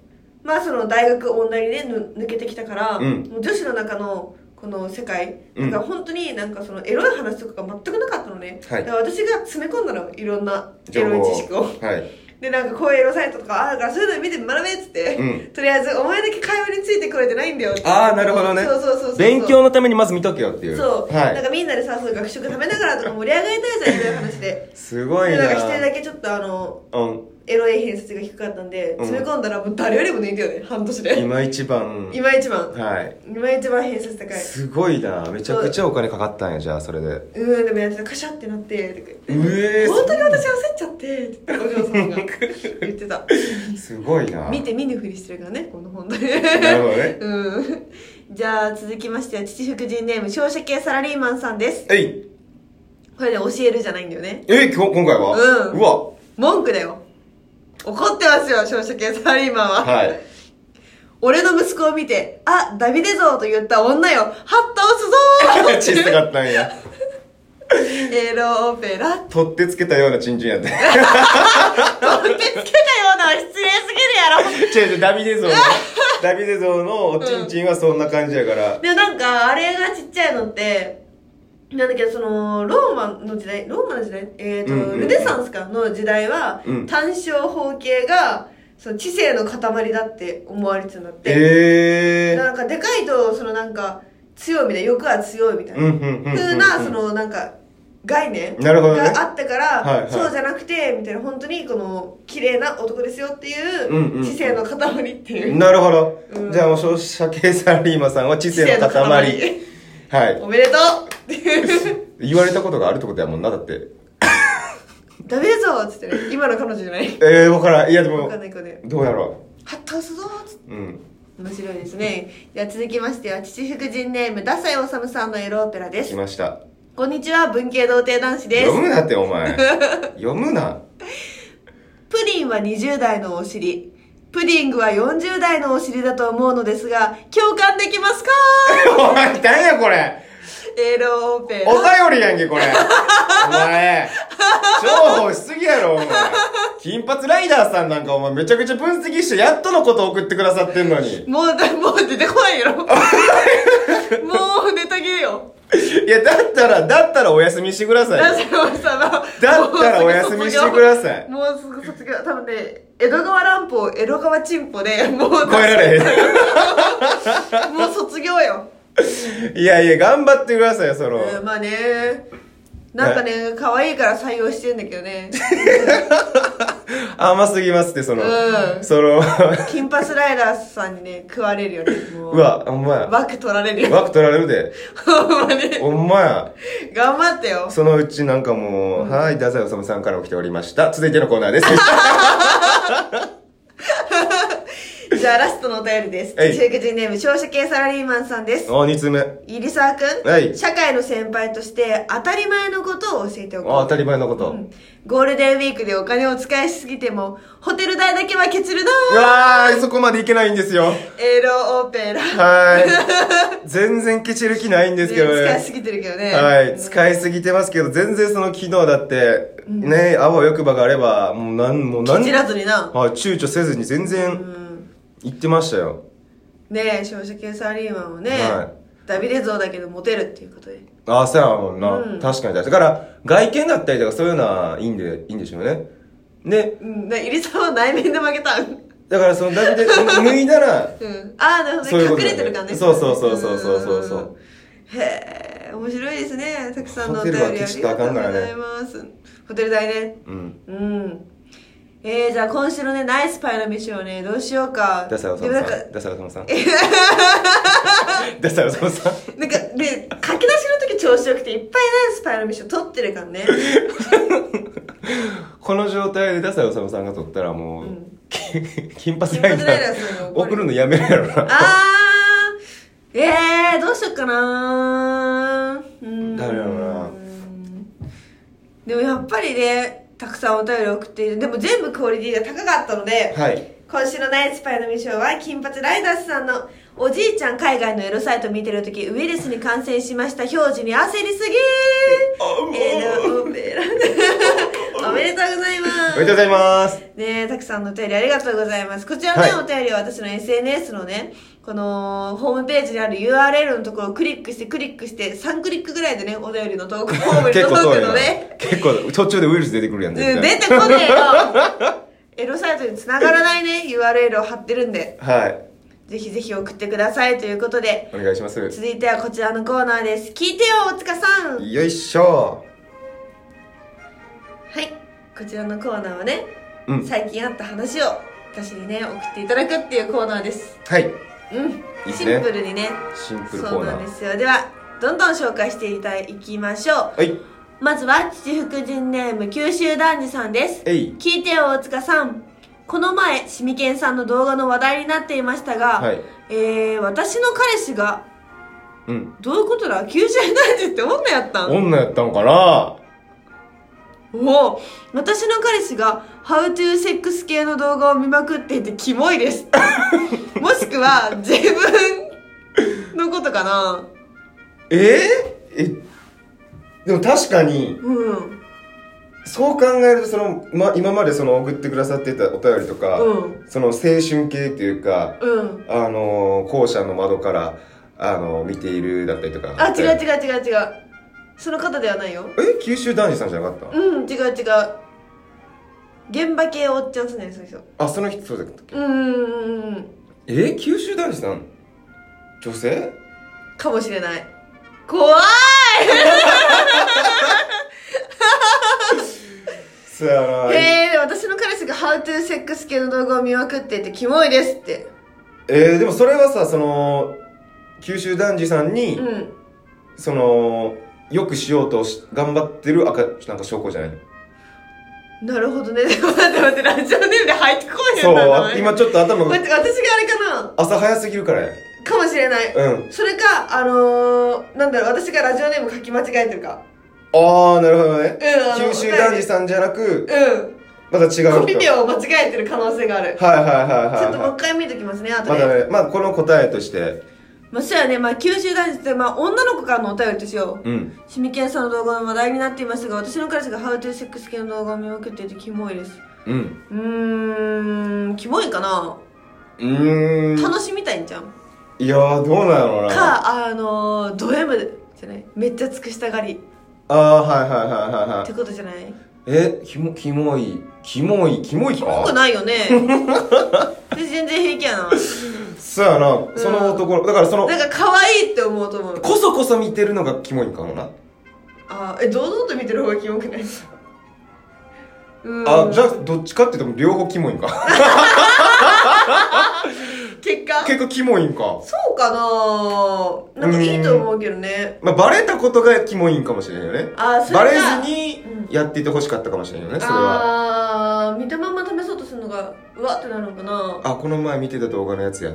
[SPEAKER 1] まあその大学音大にねぬ抜けてきたから、
[SPEAKER 2] うん
[SPEAKER 1] もう女子の中のこの世界
[SPEAKER 2] うん
[SPEAKER 1] だから本当になんかそのエロい話とかが全くなかったのね、
[SPEAKER 2] はい
[SPEAKER 1] だから私が詰め込んだのいろんなエ
[SPEAKER 2] 情
[SPEAKER 1] ロい
[SPEAKER 2] 報
[SPEAKER 1] 知識を。
[SPEAKER 2] はい。
[SPEAKER 1] でなんかこういうエロサイトとかあるからそういうの見て学べっつって、
[SPEAKER 2] うん
[SPEAKER 1] とりあえずお前だけ会話についてこれてないんだよって
[SPEAKER 2] ああ、なるほどね。
[SPEAKER 1] そうそうそうそうそう
[SPEAKER 2] 勉強のためにまず見とけよっていう。
[SPEAKER 1] そう、なん
[SPEAKER 2] は
[SPEAKER 1] かみんなでさそう学食食べながらとか盛り上がりたいじゃんみたいな話で
[SPEAKER 2] い。すごい
[SPEAKER 1] で
[SPEAKER 2] な。
[SPEAKER 1] なんか一人だけちょっとあの
[SPEAKER 2] うん。
[SPEAKER 1] エロい偏差値が低かったんで、
[SPEAKER 2] うん
[SPEAKER 1] 詰め込んだらもう誰よりも抜いたよね、半年で。
[SPEAKER 2] 今一番
[SPEAKER 1] 今一番。
[SPEAKER 2] はい
[SPEAKER 1] 今一番偏差値高い。
[SPEAKER 2] すごいなめちゃくちゃお金かかったんやじゃあそれで
[SPEAKER 1] うーん、でもやってたカシャってなって、とか言って
[SPEAKER 2] うえー
[SPEAKER 1] 本当に私焦っちゃって、ってお嬢さんが言ってた。
[SPEAKER 2] すごいな
[SPEAKER 1] 見て見ぬふりしてるからね、この本当に。
[SPEAKER 2] なるほどね
[SPEAKER 1] うん。じゃあ続きましては、父福神ネーム、商社系サラリーマンさんです。
[SPEAKER 2] えい
[SPEAKER 1] これで教えるじゃないんだよね。
[SPEAKER 2] えい今日今回は
[SPEAKER 1] うん
[SPEAKER 2] うわ
[SPEAKER 1] 文句だよ。怒ってますよ、商社系サラリーマンは。
[SPEAKER 2] はい
[SPEAKER 1] 俺の息子を見て、あ、ダビデ像と言った女よ、ハッ倒す
[SPEAKER 2] 小
[SPEAKER 1] ぞ
[SPEAKER 2] さかったんや
[SPEAKER 1] ーエロオペラ。
[SPEAKER 2] 取って つけたようなチンチンやった
[SPEAKER 1] 取ってつけたようなは失礼すぎるやろ。
[SPEAKER 2] 違う違うダビ デ像のダビデ像のおちんちんはそんな感じやから、
[SPEAKER 1] でもなんか、あれがちっちゃいのって、なんだけど、その、ローマの時代、ローマの時代えっ、と、
[SPEAKER 2] うんうんうん
[SPEAKER 1] ルネサンスかの時代は、
[SPEAKER 2] うん
[SPEAKER 1] 単小方形が、その知性の塊だって思われてたんだって。
[SPEAKER 2] ええ
[SPEAKER 1] なんか、でかいと、そのなんか、強いみたいな、欲は強いみたい
[SPEAKER 2] ー、
[SPEAKER 1] な。
[SPEAKER 2] うんうんうんうん、うん、
[SPEAKER 1] ふうな、そのなんか、概念
[SPEAKER 2] なるほどね
[SPEAKER 1] があったか
[SPEAKER 2] はいは
[SPEAKER 1] ら、
[SPEAKER 2] い
[SPEAKER 1] そうじゃなくて、みたいな、本当にこの、綺麗な男ですよって
[SPEAKER 2] うんうんう
[SPEAKER 1] い
[SPEAKER 2] ん
[SPEAKER 1] う、知性の塊っていう。
[SPEAKER 2] なるほど、
[SPEAKER 1] うん
[SPEAKER 2] じゃあもう消費者系サラリーマンさんは知
[SPEAKER 1] 知
[SPEAKER 2] 性の塊はい
[SPEAKER 1] おめでとうっていう。
[SPEAKER 2] 言われたことがあるってことやもんなだって
[SPEAKER 1] ダメだぞっつってね。今の彼女じゃない。
[SPEAKER 2] ええー、分からんいやで
[SPEAKER 1] わ
[SPEAKER 2] も
[SPEAKER 1] かんない子で。
[SPEAKER 2] どうやろ
[SPEAKER 1] はっ倒すぞーっつって。
[SPEAKER 2] ううん
[SPEAKER 1] 面白いですね。じゃあ続きましては、父福神ネーム、ダサイオサムさんのエロオペラで
[SPEAKER 2] 来
[SPEAKER 1] す。
[SPEAKER 2] ました
[SPEAKER 1] こんにちは、文系童貞男子です
[SPEAKER 2] 読。むなって お前読むな
[SPEAKER 1] プリンは20代のお尻。プディングは40代のお尻だと思うのですが、共感できますか
[SPEAKER 2] お前何やこれ
[SPEAKER 1] エロオペ
[SPEAKER 2] お
[SPEAKER 1] ラ。
[SPEAKER 2] 便りやんけこれお前重宝しすぎやろお前金髪ライダーさんなんかお前めちゃくちゃ分析してやっとのこと送ってくださってんのに
[SPEAKER 1] もうだ、もう出てこないや ろ。もうネタ切れよ。
[SPEAKER 2] いやだったらだったらお休みしてくださ
[SPEAKER 1] ダ
[SPEAKER 2] い
[SPEAKER 1] サイオさんの。
[SPEAKER 2] だったらお休みしてください
[SPEAKER 1] もうすぐ卒業。多分ね、江戸川乱歩、江戸川チンポで、もう、
[SPEAKER 2] 超えられ
[SPEAKER 1] もう卒業よ。
[SPEAKER 2] へんいやいや頑張ってくださいよその
[SPEAKER 1] うんまあね。なんかね、可愛いから採用してんだけど ね。
[SPEAKER 2] 甘すぎますってその
[SPEAKER 1] うん
[SPEAKER 2] その
[SPEAKER 1] 金髪ライダーさんにね、食われるよね。も
[SPEAKER 2] うわお前
[SPEAKER 1] 枠取られるよ。
[SPEAKER 2] 枠取られるで
[SPEAKER 1] ほんまに。
[SPEAKER 2] お前
[SPEAKER 1] 頑張ってよ。
[SPEAKER 2] そのうちなんかもう、はい、太宰治さんから起きておりました。続いてのコーナー です。
[SPEAKER 1] じゃあラストのお便りです。
[SPEAKER 2] はい
[SPEAKER 1] 中国人ネーム、商社系サラリーマンさんです。
[SPEAKER 2] お、二つ目。あ、
[SPEAKER 1] 入沢くん、
[SPEAKER 2] はい
[SPEAKER 1] 社会の先輩として当たり前のことを教えておこう。
[SPEAKER 2] 当たり前のこと。
[SPEAKER 1] うんゴールデンウィークでお金を使いしすぎても、ホテル代だけはケチるな
[SPEAKER 2] うわー、そこまでいけないんですよ。
[SPEAKER 1] エロオペラ。
[SPEAKER 2] はー い。全然ケチる気ないんですけど
[SPEAKER 1] ね使い
[SPEAKER 2] ね。
[SPEAKER 1] すぎてるけどね。
[SPEAKER 2] はい。使いすぎてますけど、全然その機能だって、ね、あわよくばがあれば、もうなん、もうなん、
[SPEAKER 1] ケチらずにな。
[SPEAKER 2] はい、躊躇せずに全
[SPEAKER 1] う
[SPEAKER 2] 然
[SPEAKER 1] ん。
[SPEAKER 2] 言ってましたよ。
[SPEAKER 1] ねえ、商社系サラリーマンもね、
[SPEAKER 2] は
[SPEAKER 1] ダビデ像だけどモテるっていうことで。
[SPEAKER 2] ああ、そうやもんな。
[SPEAKER 1] うん
[SPEAKER 2] 確かに確かに。だから、外見だったりとかそういうのはいいんで、いいんでしょうね。で、
[SPEAKER 1] うん、ね、入沢は内面で負けた。う
[SPEAKER 2] だからそのダビデ、 脱いだら、
[SPEAKER 1] ん。ああ、なるほど
[SPEAKER 2] そういうこ
[SPEAKER 1] ね。
[SPEAKER 2] と
[SPEAKER 1] 隠れて
[SPEAKER 2] だよね
[SPEAKER 1] るからね。。
[SPEAKER 2] そうそうそうそうそうそうそうん
[SPEAKER 1] へえ、面白いですね。たくさんのお
[SPEAKER 2] ホ
[SPEAKER 1] 便
[SPEAKER 2] テ
[SPEAKER 1] り
[SPEAKER 2] ルは
[SPEAKER 1] ありが
[SPEAKER 2] ケチ
[SPEAKER 1] と
[SPEAKER 2] ったらあか
[SPEAKER 1] うんご
[SPEAKER 2] からね
[SPEAKER 1] ざいます。ホテル代ね。
[SPEAKER 2] うん。
[SPEAKER 1] うん。えー、じゃあ今週のね、ナイスパイの飯をね、どうしようか。
[SPEAKER 2] ダサイさ
[SPEAKER 1] で
[SPEAKER 2] ん
[SPEAKER 1] もなんか、
[SPEAKER 2] ダサイさん。 ダサイさん。
[SPEAKER 1] なんか、で、書き出しの時調子よくて、いっぱいナイスパイの飯を撮ってるからね。
[SPEAKER 2] この状態でダサイさんが撮ったらもう、
[SPEAKER 1] うん
[SPEAKER 2] き 金髪ラ
[SPEAKER 1] 金
[SPEAKER 2] イダ
[SPEAKER 1] 髪ライダーさんが
[SPEAKER 2] ー
[SPEAKER 1] 怒る
[SPEAKER 2] 送るのやめるや ろな。
[SPEAKER 1] あー、えー、どうしよっかなーうーん。
[SPEAKER 2] 誰やろな
[SPEAKER 1] でもやっぱりね、たくさんお便り送っている。でも全部クオリティが高かったので、
[SPEAKER 2] はい。
[SPEAKER 1] 今週のナイスパイのミッションは金髪ライダースさんのおじいちゃん海外のエロサイト見てるときウイルスに感染しました表示に焦りすぎ
[SPEAKER 2] あもう
[SPEAKER 1] ーエロオペラ おめでとうございま
[SPEAKER 2] おめでとうご
[SPEAKER 1] す
[SPEAKER 2] ざいます。
[SPEAKER 1] ねえたくさんのお便りありがとうございますこちらの、ね
[SPEAKER 2] はい
[SPEAKER 1] お便りは私の SNS のねこのホームページにある URL のところをクリックしてクリックして3クリックぐらいでねお便りの投稿フォームに
[SPEAKER 2] 結構
[SPEAKER 1] 届く
[SPEAKER 2] 遠いな
[SPEAKER 1] ので。
[SPEAKER 2] 結構、途中でウイルス出てくるやん、絶
[SPEAKER 1] うん
[SPEAKER 2] 対
[SPEAKER 1] 出てこねえよ エロサイトに繋がらないね URL を貼ってるんで
[SPEAKER 2] はい。
[SPEAKER 1] ぜひぜひ送ってくださいということで、
[SPEAKER 2] お願いします。
[SPEAKER 1] 続いてはこちらのコーナーです。聞いてよ、大塚さんはい。
[SPEAKER 2] よいしょ。
[SPEAKER 1] こちらのコーナーはね、
[SPEAKER 2] うん
[SPEAKER 1] 最近あった話を私にね送っていただくっていうコーナーです
[SPEAKER 2] はい
[SPEAKER 1] うん
[SPEAKER 2] いいです
[SPEAKER 1] シ
[SPEAKER 2] ね
[SPEAKER 1] ンプルにね
[SPEAKER 2] シンプルコ
[SPEAKER 1] そう
[SPEAKER 2] ーナ
[SPEAKER 1] なん
[SPEAKER 2] ー
[SPEAKER 1] ですよではどんどん紹介していただきましょう
[SPEAKER 2] はい
[SPEAKER 1] まずは父福神ネーム九州男児さんです
[SPEAKER 2] えい
[SPEAKER 1] 聞いてよ大塚さんこの前シミケンさんの動画の話題になっていましたが、
[SPEAKER 2] はい
[SPEAKER 1] えー、私の彼氏が
[SPEAKER 2] うん
[SPEAKER 1] どういうことだ九州男児って女やったん
[SPEAKER 2] 女やったんかな
[SPEAKER 1] おお私の彼氏が「How to セックス系の動画を見まくっていてキモいです もしくは自分のことかな
[SPEAKER 2] えー、えでも確かに
[SPEAKER 1] うん
[SPEAKER 2] そう考えるとその、ま、今までその送ってくださってたお便りとか、
[SPEAKER 1] うん
[SPEAKER 2] その青春系っていうか
[SPEAKER 1] うん
[SPEAKER 2] あのー校舎の窓からあのー見ているだったりとか
[SPEAKER 1] あ違う違
[SPEAKER 2] う
[SPEAKER 1] う違う違うその方ではないよ
[SPEAKER 2] え九州男児さんじゃなかった、
[SPEAKER 1] うん違う違う現場系おっちゃんっすねそうそう
[SPEAKER 2] あその人そうだったっけ
[SPEAKER 1] うんうんうんうん
[SPEAKER 2] え九州男児さん女性
[SPEAKER 1] かもしれない怖い
[SPEAKER 2] そうやなえ
[SPEAKER 1] へえで私の彼氏が「How to セックス系の動画を見まくっていてキモいです」って
[SPEAKER 2] ーでもそれはさその九州男児さんに、
[SPEAKER 1] うん
[SPEAKER 2] そのよくしようとし頑張ってる赤なんか証拠じゃない
[SPEAKER 1] なるほどね。 でも待って待って、ラジオネームで入ってこい
[SPEAKER 2] そ
[SPEAKER 1] よな
[SPEAKER 2] う今ちょっと頭
[SPEAKER 1] 待
[SPEAKER 2] が
[SPEAKER 1] って、私があれかな
[SPEAKER 2] 朝早すぎるからや
[SPEAKER 1] かもしれない。
[SPEAKER 2] うん
[SPEAKER 1] それか、あのー、なんだろう、私がラジオネーム書き間違えてるか。
[SPEAKER 2] ああなるほどね、
[SPEAKER 1] うんあの
[SPEAKER 2] 九州男児さんじゃなく
[SPEAKER 1] う。
[SPEAKER 2] また違うん人
[SPEAKER 1] コピペを間違えてる可能性がある。
[SPEAKER 2] はいはいはいは
[SPEAKER 1] ちょ
[SPEAKER 2] い、
[SPEAKER 1] っ
[SPEAKER 2] はい
[SPEAKER 1] ともう一回見ときますね、後
[SPEAKER 2] ま
[SPEAKER 1] で。
[SPEAKER 2] だ
[SPEAKER 1] ま
[SPEAKER 2] ね、まあこの答えとして、
[SPEAKER 1] あ、そうやね、まあ、九州男児って、まあ、女の子からのお便りとしよう。
[SPEAKER 2] うん。
[SPEAKER 1] シミケンさんの動画の話題になっていましたが、私の彼氏が How to Sex 系の動画を見まくっていてキモいです。
[SPEAKER 2] うん。
[SPEAKER 1] うーん、キモいかな
[SPEAKER 2] うーん。
[SPEAKER 1] 楽しみたいんじゃん。
[SPEAKER 2] いやー、どうなんやろうな。あ
[SPEAKER 1] かあのド M じゃないめっちゃ尽くしたがりっ
[SPEAKER 2] あー、はいはいはいはいはい
[SPEAKER 1] て。ことじゃない
[SPEAKER 2] え、キモ、キモい、キモい、キモい
[SPEAKER 1] キモく
[SPEAKER 2] か
[SPEAKER 1] ないよね 私全然平気やな
[SPEAKER 2] そうやな、その男の、だからその、
[SPEAKER 1] なんか可愛いって思うと思う
[SPEAKER 2] こそこそ見てるのがキモいんかもな。
[SPEAKER 1] あえ堂々と見てる方がキモくないうん
[SPEAKER 2] あ、じゃあ、どっちかって言っても両方キモいんか。
[SPEAKER 1] 結果
[SPEAKER 2] 結構キモいんか。
[SPEAKER 1] そうかななんかいいと思うけどね
[SPEAKER 2] まあ、バレたことがキモいんかもしれんよね。
[SPEAKER 1] あそれが
[SPEAKER 2] バレずに
[SPEAKER 1] うん
[SPEAKER 2] やっていてほしかったかもしれんよね、それは。
[SPEAKER 1] あー見たまんま試そうとするのがうわってなるのかな
[SPEAKER 2] あ、この前見てた動画のやつや。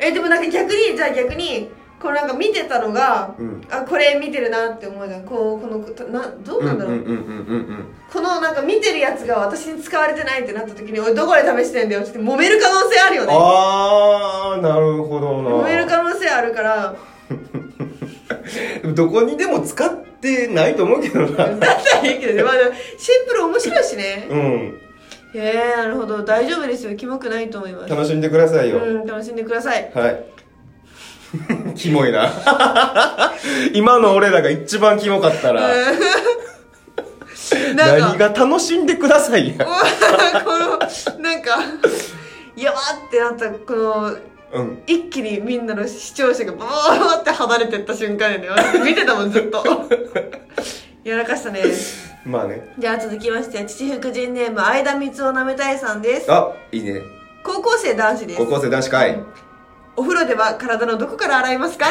[SPEAKER 1] えでもなんか逆にじゃあ逆にこうなんか見てたのが、
[SPEAKER 2] うん
[SPEAKER 1] あこれ見てるなって思うじゃんこうこのたなどうなんだろう、
[SPEAKER 2] うんうんうんうんうん。
[SPEAKER 1] このなんか見てるやつが私に使われてないってなった時に「おいどこで試してんだよ」って揉める可能性あるよね
[SPEAKER 2] あー、なるほどな。
[SPEAKER 1] 揉める可能性あるから
[SPEAKER 2] どこにでも使ってないと思うけど
[SPEAKER 1] だ
[SPEAKER 2] な。
[SPEAKER 1] ったらいいけどね、まあ、でもシンプル面白いしね
[SPEAKER 2] うん。
[SPEAKER 1] へえなるほど大丈夫ですよキモくないと思います
[SPEAKER 2] 楽しんでくださいよ。
[SPEAKER 1] うん楽しんでください
[SPEAKER 2] はい。 キモいな。 今の俺らが一番キモかったら、
[SPEAKER 1] うんなんか
[SPEAKER 2] 何が楽しんでくださいや。
[SPEAKER 1] このなんかやばってなったこの
[SPEAKER 2] うん。
[SPEAKER 1] 一気にみんなの視聴者がバーって離れてった瞬間やね私見てたもんずっとやらかしたね
[SPEAKER 2] まあね。
[SPEAKER 1] じゃあ続きまして父福神ネーム相田光雄なめたいさんです
[SPEAKER 2] あ、いいね。
[SPEAKER 1] 高校生男子です
[SPEAKER 2] 高校生男子会。
[SPEAKER 1] お風呂では体のどこから洗い ますか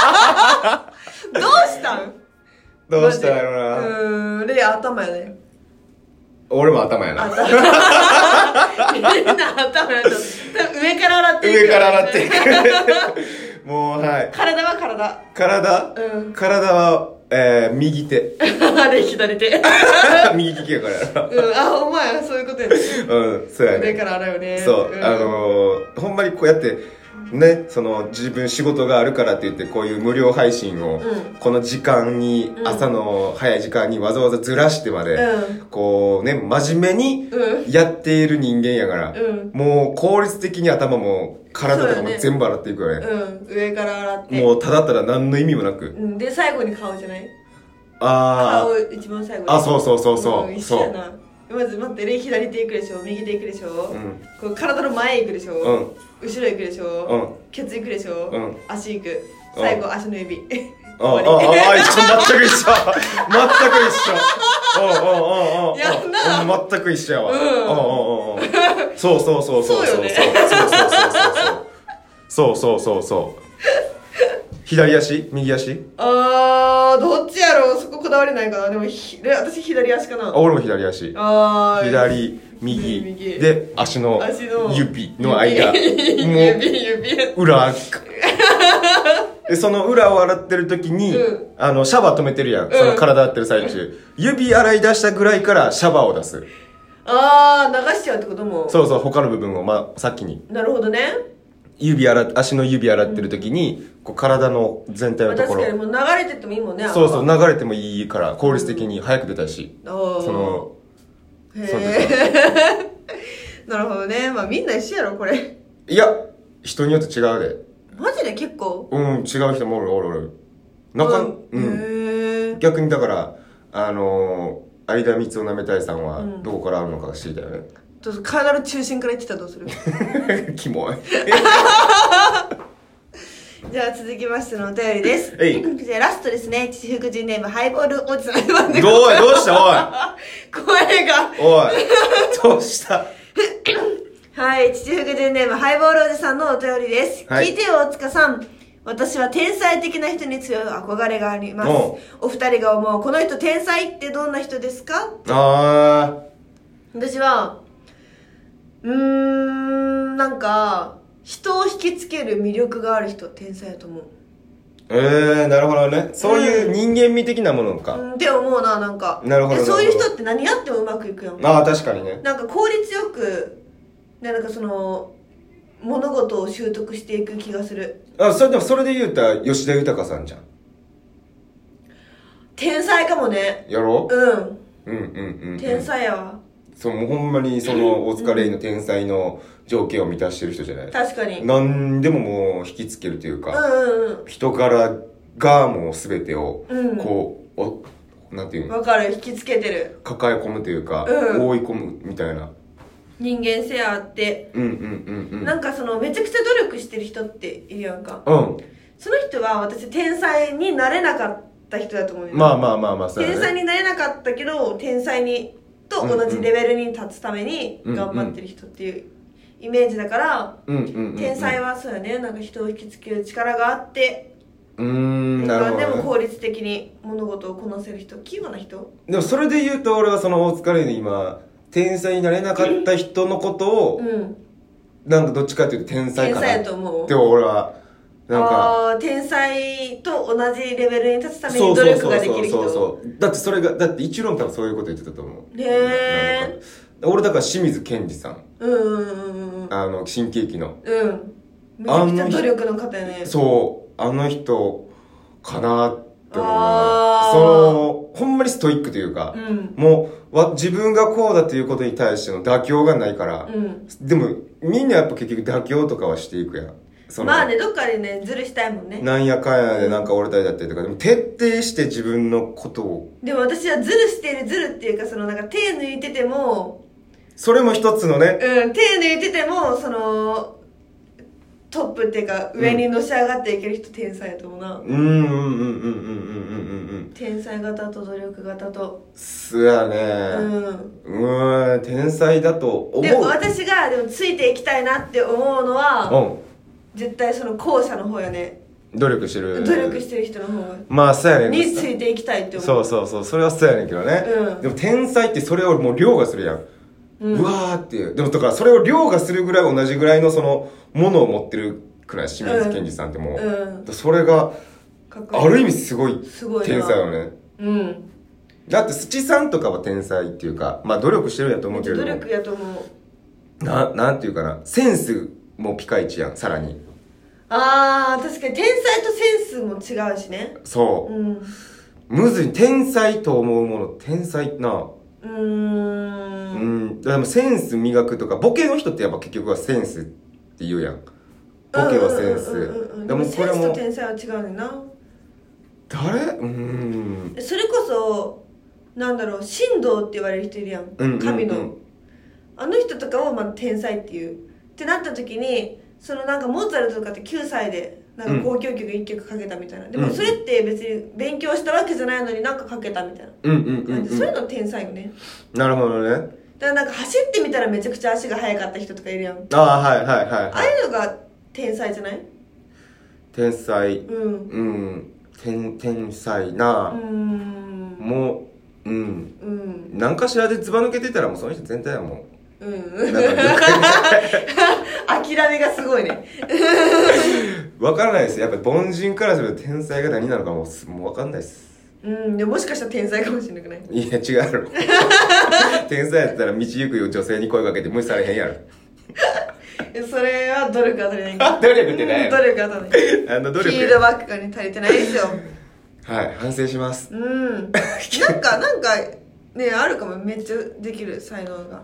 [SPEAKER 1] どうしたん
[SPEAKER 2] どうしたんやろ
[SPEAKER 1] マジ
[SPEAKER 2] な。
[SPEAKER 1] でうーんで頭やね
[SPEAKER 2] 俺も頭やな。
[SPEAKER 1] 頭みんな頭やと多分上から洗っていく
[SPEAKER 2] 上から洗っていく。もう、はい。
[SPEAKER 1] 体は体
[SPEAKER 2] 体
[SPEAKER 1] うん
[SPEAKER 2] 体は、えー、右手。
[SPEAKER 1] あれ左手
[SPEAKER 2] 右利きやからやな。
[SPEAKER 1] うん、あ、お前はそういうことやね。
[SPEAKER 2] うん、そうや
[SPEAKER 1] だ
[SPEAKER 2] ね
[SPEAKER 1] か。らあれよね。
[SPEAKER 2] そう、
[SPEAKER 1] ん
[SPEAKER 2] あのーほんまにこうやってねその自分仕事があるからって言ってこういう無料配信を、
[SPEAKER 1] うん
[SPEAKER 2] この時間に、
[SPEAKER 1] うん
[SPEAKER 2] 朝の早い時間にわざわざずらしてまで、
[SPEAKER 1] うん
[SPEAKER 2] こうね真面目に
[SPEAKER 1] うん
[SPEAKER 2] やっている人間やから、
[SPEAKER 1] うん
[SPEAKER 2] もう効率的に頭も体と
[SPEAKER 1] そ
[SPEAKER 2] か
[SPEAKER 1] う
[SPEAKER 2] も
[SPEAKER 1] だね
[SPEAKER 2] 全部洗っていくよね
[SPEAKER 1] うん、上から洗って。
[SPEAKER 2] もうただただ何の意味もなく、
[SPEAKER 1] うんで、最後に顔じゃない
[SPEAKER 2] あ
[SPEAKER 1] 顔、一番最後に。
[SPEAKER 2] ああそうそうそうそ
[SPEAKER 1] ん
[SPEAKER 2] う
[SPEAKER 1] 一
[SPEAKER 2] そ
[SPEAKER 1] 緒や
[SPEAKER 2] う
[SPEAKER 1] な。まず待って、で左手行くでしょ、右手行くでしょ。
[SPEAKER 2] ん
[SPEAKER 1] こう体の前行くでしょ、
[SPEAKER 2] うん
[SPEAKER 1] 後ろ行くでしょ、
[SPEAKER 2] うん
[SPEAKER 1] ケツ行くでしょ、
[SPEAKER 2] うん
[SPEAKER 1] 足行く。
[SPEAKER 2] うん
[SPEAKER 1] 最後、足の指。
[SPEAKER 2] ああ、ああ、一緒、全く一緒。全く一緒。うんうんうんうん。
[SPEAKER 1] やんな
[SPEAKER 2] うん全く一緒やわ。
[SPEAKER 1] うん
[SPEAKER 2] うんうんうんうん。そうそうそうそ
[SPEAKER 1] そ
[SPEAKER 2] う
[SPEAKER 1] う
[SPEAKER 2] そ
[SPEAKER 1] よ
[SPEAKER 2] う。
[SPEAKER 1] ね
[SPEAKER 2] そうそうそうそう。そうそうそうそう。左足右足
[SPEAKER 1] あーどっちやろうそここだわれないかなでもひで私左足か
[SPEAKER 2] あ
[SPEAKER 1] な
[SPEAKER 2] 俺も左足。
[SPEAKER 1] あー
[SPEAKER 2] 左、右。
[SPEAKER 1] 右
[SPEAKER 2] で、足の
[SPEAKER 1] 足の
[SPEAKER 2] 指の間。
[SPEAKER 1] 指
[SPEAKER 2] もう
[SPEAKER 1] 指指
[SPEAKER 2] 裏でその裏を洗ってる時に、
[SPEAKER 1] うん
[SPEAKER 2] あのシャワー止めてるやん、
[SPEAKER 1] うん
[SPEAKER 2] その体洗ってる最中指洗い出したぐらいからシャワーを出す
[SPEAKER 1] あー流しちゃうってことも
[SPEAKER 2] そうそう他の部分を、まあ、先に
[SPEAKER 1] なるほどね
[SPEAKER 2] 指洗っ足の指洗ってる時に、こう体の全体
[SPEAKER 1] ま
[SPEAKER 2] の
[SPEAKER 1] あ
[SPEAKER 2] とこ
[SPEAKER 1] 確
[SPEAKER 2] ろ
[SPEAKER 1] かにもう流れてってもいいもんね
[SPEAKER 2] そうそうう流れてもいいから効率的に早く出たいし、そ
[SPEAKER 1] そ
[SPEAKER 2] の
[SPEAKER 1] へ
[SPEAKER 2] そう
[SPEAKER 1] えなるほどねまあみんな一緒やろこれ
[SPEAKER 2] いや人によって違うで
[SPEAKER 1] マジで結構
[SPEAKER 2] うん違う人もおるおるおるなか
[SPEAKER 1] う
[SPEAKER 2] うん
[SPEAKER 1] んへえ
[SPEAKER 2] 逆にだからあのー、相田光をなめたいさんは
[SPEAKER 1] うん
[SPEAKER 2] どこからあるのか知りたいよね、
[SPEAKER 1] ちょっと体の中心から言ってたらどうする
[SPEAKER 2] キモい
[SPEAKER 1] じゃあ続きましてのお便りです
[SPEAKER 2] えい
[SPEAKER 1] じゃあラストですね父福神ネームハイボールおじさんなん
[SPEAKER 2] どう
[SPEAKER 1] で
[SPEAKER 2] どうした
[SPEAKER 1] 声が
[SPEAKER 2] おいおいどうした
[SPEAKER 1] はい、父福神ネームハイボールおじさんのお便りです。
[SPEAKER 2] はい
[SPEAKER 1] 聞いてよ、大塚さん。私は天才的な人に強い憧れがあります
[SPEAKER 2] おう。
[SPEAKER 1] お二人が思う、この人天才ってどんな人ですか
[SPEAKER 2] あ
[SPEAKER 1] 私は、うーん、なんか、人を引きつける魅力がある人、天才だと思う。
[SPEAKER 2] ーえー、なるほどねそういう人間味的なもの
[SPEAKER 1] う
[SPEAKER 2] か、
[SPEAKER 1] ん、って思うな、なんか。
[SPEAKER 2] なるほど
[SPEAKER 1] えそういう
[SPEAKER 2] なるほ
[SPEAKER 1] 人って何やってもうまくいくやん。
[SPEAKER 2] ああ確かにね
[SPEAKER 1] なんか効率よく、ねなんかその、物事を習得していく気がする。
[SPEAKER 2] あそれでもそれで言うたら吉田豊さんじゃん
[SPEAKER 1] 天才かもね
[SPEAKER 2] やろ
[SPEAKER 1] うん
[SPEAKER 2] う、うん、うんうんうん
[SPEAKER 1] 天才やわ
[SPEAKER 2] そうもうほんまにその大塚レイの天才の条件を満たしてる人じゃない
[SPEAKER 1] 確かにうん
[SPEAKER 2] 何でももう引きつけるというか、
[SPEAKER 1] うん
[SPEAKER 2] 人柄がもう全てを
[SPEAKER 1] うん
[SPEAKER 2] こう、おなんていう
[SPEAKER 1] うん
[SPEAKER 2] の
[SPEAKER 1] わかる引きつけてる
[SPEAKER 2] 抱え込むというか、
[SPEAKER 1] うん
[SPEAKER 2] 覆い込むみたいな
[SPEAKER 1] 人間性あって、
[SPEAKER 2] うんうんうんうん
[SPEAKER 1] なんかそのめちゃくちゃ努力してる人っているやんか
[SPEAKER 2] うん
[SPEAKER 1] その人は私天才になれなかった人だと思うよ
[SPEAKER 2] まあまあまあまあそうや
[SPEAKER 1] 天才
[SPEAKER 2] ね
[SPEAKER 1] になれなかったけど天才にと同じレベルに立つために頑張ってる人っていうイメージだから、
[SPEAKER 2] うんうんうんうん
[SPEAKER 1] 天才
[SPEAKER 2] は
[SPEAKER 1] はそうよねなんか人を引きつける力があって、
[SPEAKER 2] うーんなるほど、
[SPEAKER 1] で
[SPEAKER 2] ね、
[SPEAKER 1] も効率的に物事をこなせる人器用な人
[SPEAKER 2] でもそれで言うと俺はその大塚レイで今天才になれなかった人のことを、
[SPEAKER 1] うん、
[SPEAKER 2] なんかどっちかっていうと天才
[SPEAKER 1] 天
[SPEAKER 2] か
[SPEAKER 1] 才
[SPEAKER 2] な
[SPEAKER 1] やと思う
[SPEAKER 2] でも俺はなんか
[SPEAKER 1] あー天才と同じレベルに立つため
[SPEAKER 2] そ
[SPEAKER 1] に
[SPEAKER 2] う
[SPEAKER 1] 努
[SPEAKER 2] そ
[SPEAKER 1] 力が
[SPEAKER 2] うそう
[SPEAKER 1] で
[SPEAKER 2] そ
[SPEAKER 1] き
[SPEAKER 2] う
[SPEAKER 1] る
[SPEAKER 2] そう
[SPEAKER 1] 人
[SPEAKER 2] そうだってそれがだって一論多分そういうこと言ってたと思う
[SPEAKER 1] ねえ
[SPEAKER 2] なんか俺だから清水健二さん
[SPEAKER 1] うんうんうんうん
[SPEAKER 2] あの新喜劇の
[SPEAKER 1] うんめちゃくちゃ努力の方やね
[SPEAKER 2] そうあの人かなって思うな
[SPEAKER 1] あー
[SPEAKER 2] そのほんまにストイックというか
[SPEAKER 1] う、ん
[SPEAKER 2] もうわ自分がこうだということに対しての妥協がないから、
[SPEAKER 1] うん
[SPEAKER 2] でもみんなやっぱ結局妥協とかはしていくやんその
[SPEAKER 1] まあねどっかでねずるしたいもんね
[SPEAKER 2] なんやかんやでなんか俺たちだったりとかでも徹底して自分のことを
[SPEAKER 1] でも私はずるしてるずるっていうかそのなんか手抜いてても
[SPEAKER 2] それも一つのね
[SPEAKER 1] うん手抜いててもそのトップっていうか上にのし上がっていける人天才やと思うな、
[SPEAKER 2] うんうんうんうんうんうんうんうんうん
[SPEAKER 1] 天才型と努力型と
[SPEAKER 2] すや
[SPEAKER 1] う
[SPEAKER 2] ね
[SPEAKER 1] ん
[SPEAKER 2] うんーん天才だと思う
[SPEAKER 1] で私がでもついていきたいなって思うのは絶対その後者の方よね
[SPEAKER 2] うん努力して
[SPEAKER 1] 努
[SPEAKER 2] る
[SPEAKER 1] 力してる人の方
[SPEAKER 2] まあそうやねん
[SPEAKER 1] についていきたいって思う
[SPEAKER 2] そうそうそうそれはそうやねんけどね、
[SPEAKER 1] うん
[SPEAKER 2] でも天才ってそれをもう凌駕するやん、う
[SPEAKER 1] うん
[SPEAKER 2] わーっていうでもだからそれを凌駕するぐらい同じぐらいのそのものを持ってるくらい清水健二さんってもう、
[SPEAKER 1] うん
[SPEAKER 2] それが
[SPEAKER 1] かっこいい
[SPEAKER 2] ある意味すごい
[SPEAKER 1] すごいな
[SPEAKER 2] 天才よね
[SPEAKER 1] うん
[SPEAKER 2] だって土さんとかは天才っていうかまあ努力してるんやと
[SPEAKER 1] め
[SPEAKER 2] 思
[SPEAKER 1] っ
[SPEAKER 2] うけ
[SPEAKER 1] ちゃ
[SPEAKER 2] れど
[SPEAKER 1] 努
[SPEAKER 2] も
[SPEAKER 1] 力やと思う
[SPEAKER 2] ななんていうかなセンスもピカイチやんさらに
[SPEAKER 1] あー確かに天才とセンスも違うしね
[SPEAKER 2] そう
[SPEAKER 1] う、んう
[SPEAKER 2] むずい天才と思うもの天才な
[SPEAKER 1] ー
[SPEAKER 2] うんん、でもセンス磨くとかボケの人ってやっぱ結局はセンスって言うやんボケはセン
[SPEAKER 1] うんうんうんう
[SPEAKER 2] ス
[SPEAKER 1] ん
[SPEAKER 2] で
[SPEAKER 1] でも
[SPEAKER 2] もこ
[SPEAKER 1] セ
[SPEAKER 2] れ
[SPEAKER 1] ンスと
[SPEAKER 2] も
[SPEAKER 1] 天才は違うねんな
[SPEAKER 2] 誰うーん
[SPEAKER 1] それこそなんだろう神道って言われる人いるやん
[SPEAKER 2] うん
[SPEAKER 1] 神の、
[SPEAKER 2] うんうん
[SPEAKER 1] あの人とかをまあ天才っていうってなった時にそのなんかモーツァルトとかって9歳でなんか交響曲一曲かけたみたいな、でもそれって別に勉強したわけじゃないのになんかかけたみたいな
[SPEAKER 2] うんうんうん、
[SPEAKER 1] 感じ、
[SPEAKER 2] うん
[SPEAKER 1] そういうの天才よね
[SPEAKER 2] なるほどね
[SPEAKER 1] だからなんか走ってみたらめちゃくちゃ足が速かった人とかいるやん
[SPEAKER 2] ああはいはいはい
[SPEAKER 1] ああいうのが天才じゃない
[SPEAKER 2] 天才
[SPEAKER 1] うん
[SPEAKER 2] うん天天才な
[SPEAKER 1] う、ん
[SPEAKER 2] もううん
[SPEAKER 1] うん
[SPEAKER 2] 何かしらでずば抜けてたらもうその人全体はも
[SPEAKER 1] う
[SPEAKER 2] うんなんか
[SPEAKER 1] 諦めがすごいね
[SPEAKER 2] わからないですやっぱり凡人からすると天才が何なのかもうすもうわかんないです
[SPEAKER 1] うんでももしかしたら天才かもしれなくない
[SPEAKER 2] いや違うや ろ天才やったら道行く女性に声かけて無視されへんやろ
[SPEAKER 1] えそれは努力が足りない
[SPEAKER 2] 努力ってない
[SPEAKER 1] うん努力が足りない
[SPEAKER 2] あの努
[SPEAKER 1] フ
[SPEAKER 2] 力
[SPEAKER 1] ィードバックがね足りてないです よ
[SPEAKER 2] はい反省します
[SPEAKER 1] うんなんかなんかねあるかもめっちゃできる才能が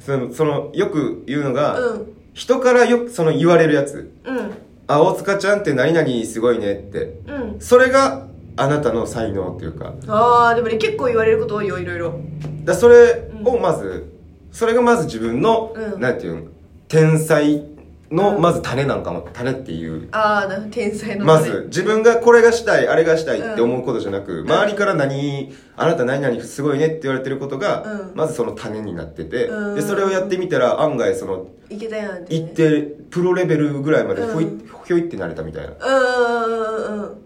[SPEAKER 2] そのそのよく言うのが、
[SPEAKER 1] うん
[SPEAKER 2] 人からよくその言われるやつ
[SPEAKER 1] うん
[SPEAKER 2] 「あ大塚ちゃんって何々すごいね」って
[SPEAKER 1] うん
[SPEAKER 2] それがあなたの才能っていうか
[SPEAKER 1] ああでもね結構言われること多いよいろいろ
[SPEAKER 2] だそれ
[SPEAKER 1] う
[SPEAKER 2] を
[SPEAKER 1] ん
[SPEAKER 2] まず、それがまず自分の、
[SPEAKER 1] うん
[SPEAKER 2] なんていうん天才の
[SPEAKER 1] うん
[SPEAKER 2] まず種なんかも種っていう、
[SPEAKER 1] ああなるほど天才のね
[SPEAKER 2] まず自分がこれがしたいあれがしたいって思うことじゃな
[SPEAKER 1] ん
[SPEAKER 2] く、周りから何あなた何々すごいねって言われてることが、
[SPEAKER 1] うん
[SPEAKER 2] まずその種になってて、
[SPEAKER 1] うん
[SPEAKER 2] でそれをやってみたら案外その
[SPEAKER 1] いけたやんってね
[SPEAKER 2] 一定プロレベルぐらいまでほい、
[SPEAKER 1] うん
[SPEAKER 2] ひょいってなれたみたいな
[SPEAKER 1] うんうんうんうん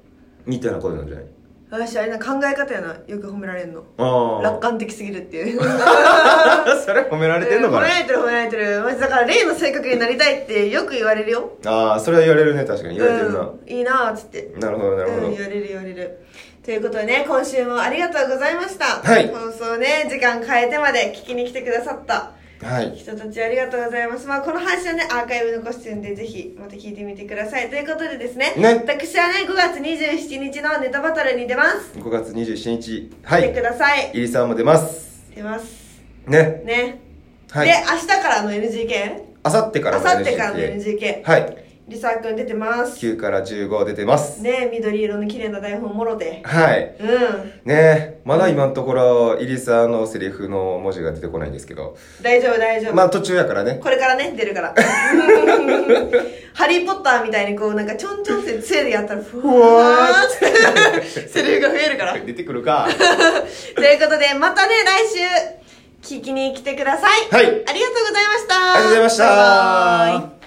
[SPEAKER 2] みたいなことなんじゃない
[SPEAKER 1] 私あれな考え方やなよく褒められんの
[SPEAKER 2] あ
[SPEAKER 1] 楽観的すぎるっていう
[SPEAKER 2] あ それ褒められてんのか
[SPEAKER 1] 褒め
[SPEAKER 2] な、
[SPEAKER 1] られてる褒められてるマジだから例の性格になりたいってよく言われるよ
[SPEAKER 2] ああそれは言われるね確かに言われてるな、
[SPEAKER 1] うん、いいなーっつって
[SPEAKER 2] なるほどなるほど、
[SPEAKER 1] うん、言われる言われるということでね今週もありがとうございました、
[SPEAKER 2] はい
[SPEAKER 1] 放送ね時間変えてまで聞きに来てくださった
[SPEAKER 2] はい
[SPEAKER 1] 人たちありがとうございます、まあ、この配信はねアーカイブ残してるんでぜひまた聞いてみてくださいということでですね
[SPEAKER 2] ね
[SPEAKER 1] 私はね5月27日のネタバトルに出ます、
[SPEAKER 2] 5月27日は
[SPEAKER 1] 見て
[SPEAKER 2] い
[SPEAKER 1] ください
[SPEAKER 2] イリさんも出ます
[SPEAKER 1] 出ます
[SPEAKER 2] ね
[SPEAKER 1] ね、
[SPEAKER 2] は
[SPEAKER 1] で
[SPEAKER 2] い
[SPEAKER 1] 明日からの NGK
[SPEAKER 2] あさってか
[SPEAKER 1] 明
[SPEAKER 2] らも
[SPEAKER 1] 後日からの
[SPEAKER 2] NGK
[SPEAKER 1] NGK
[SPEAKER 2] はい
[SPEAKER 1] リサー君出てます
[SPEAKER 2] 9から15出てます、
[SPEAKER 1] ね緑色の綺麗な台本もろて
[SPEAKER 2] はい
[SPEAKER 1] うん
[SPEAKER 2] ねまだ今のところイリさんのセリフの文字が出てこないんですけど
[SPEAKER 1] 大丈夫大丈夫
[SPEAKER 2] まあ途中やからね
[SPEAKER 1] これからね、出るから。ハリーポッターみたいにこう、なんかちょんちょんって杖でやったら、ふわーって、 セリフが増えるから。という
[SPEAKER 2] 出てくるか
[SPEAKER 1] ことで、またね、来週、聞きに来てください。
[SPEAKER 2] は
[SPEAKER 1] あ
[SPEAKER 2] い
[SPEAKER 1] りがとうございました。
[SPEAKER 2] ありがとうございました
[SPEAKER 1] バイバイ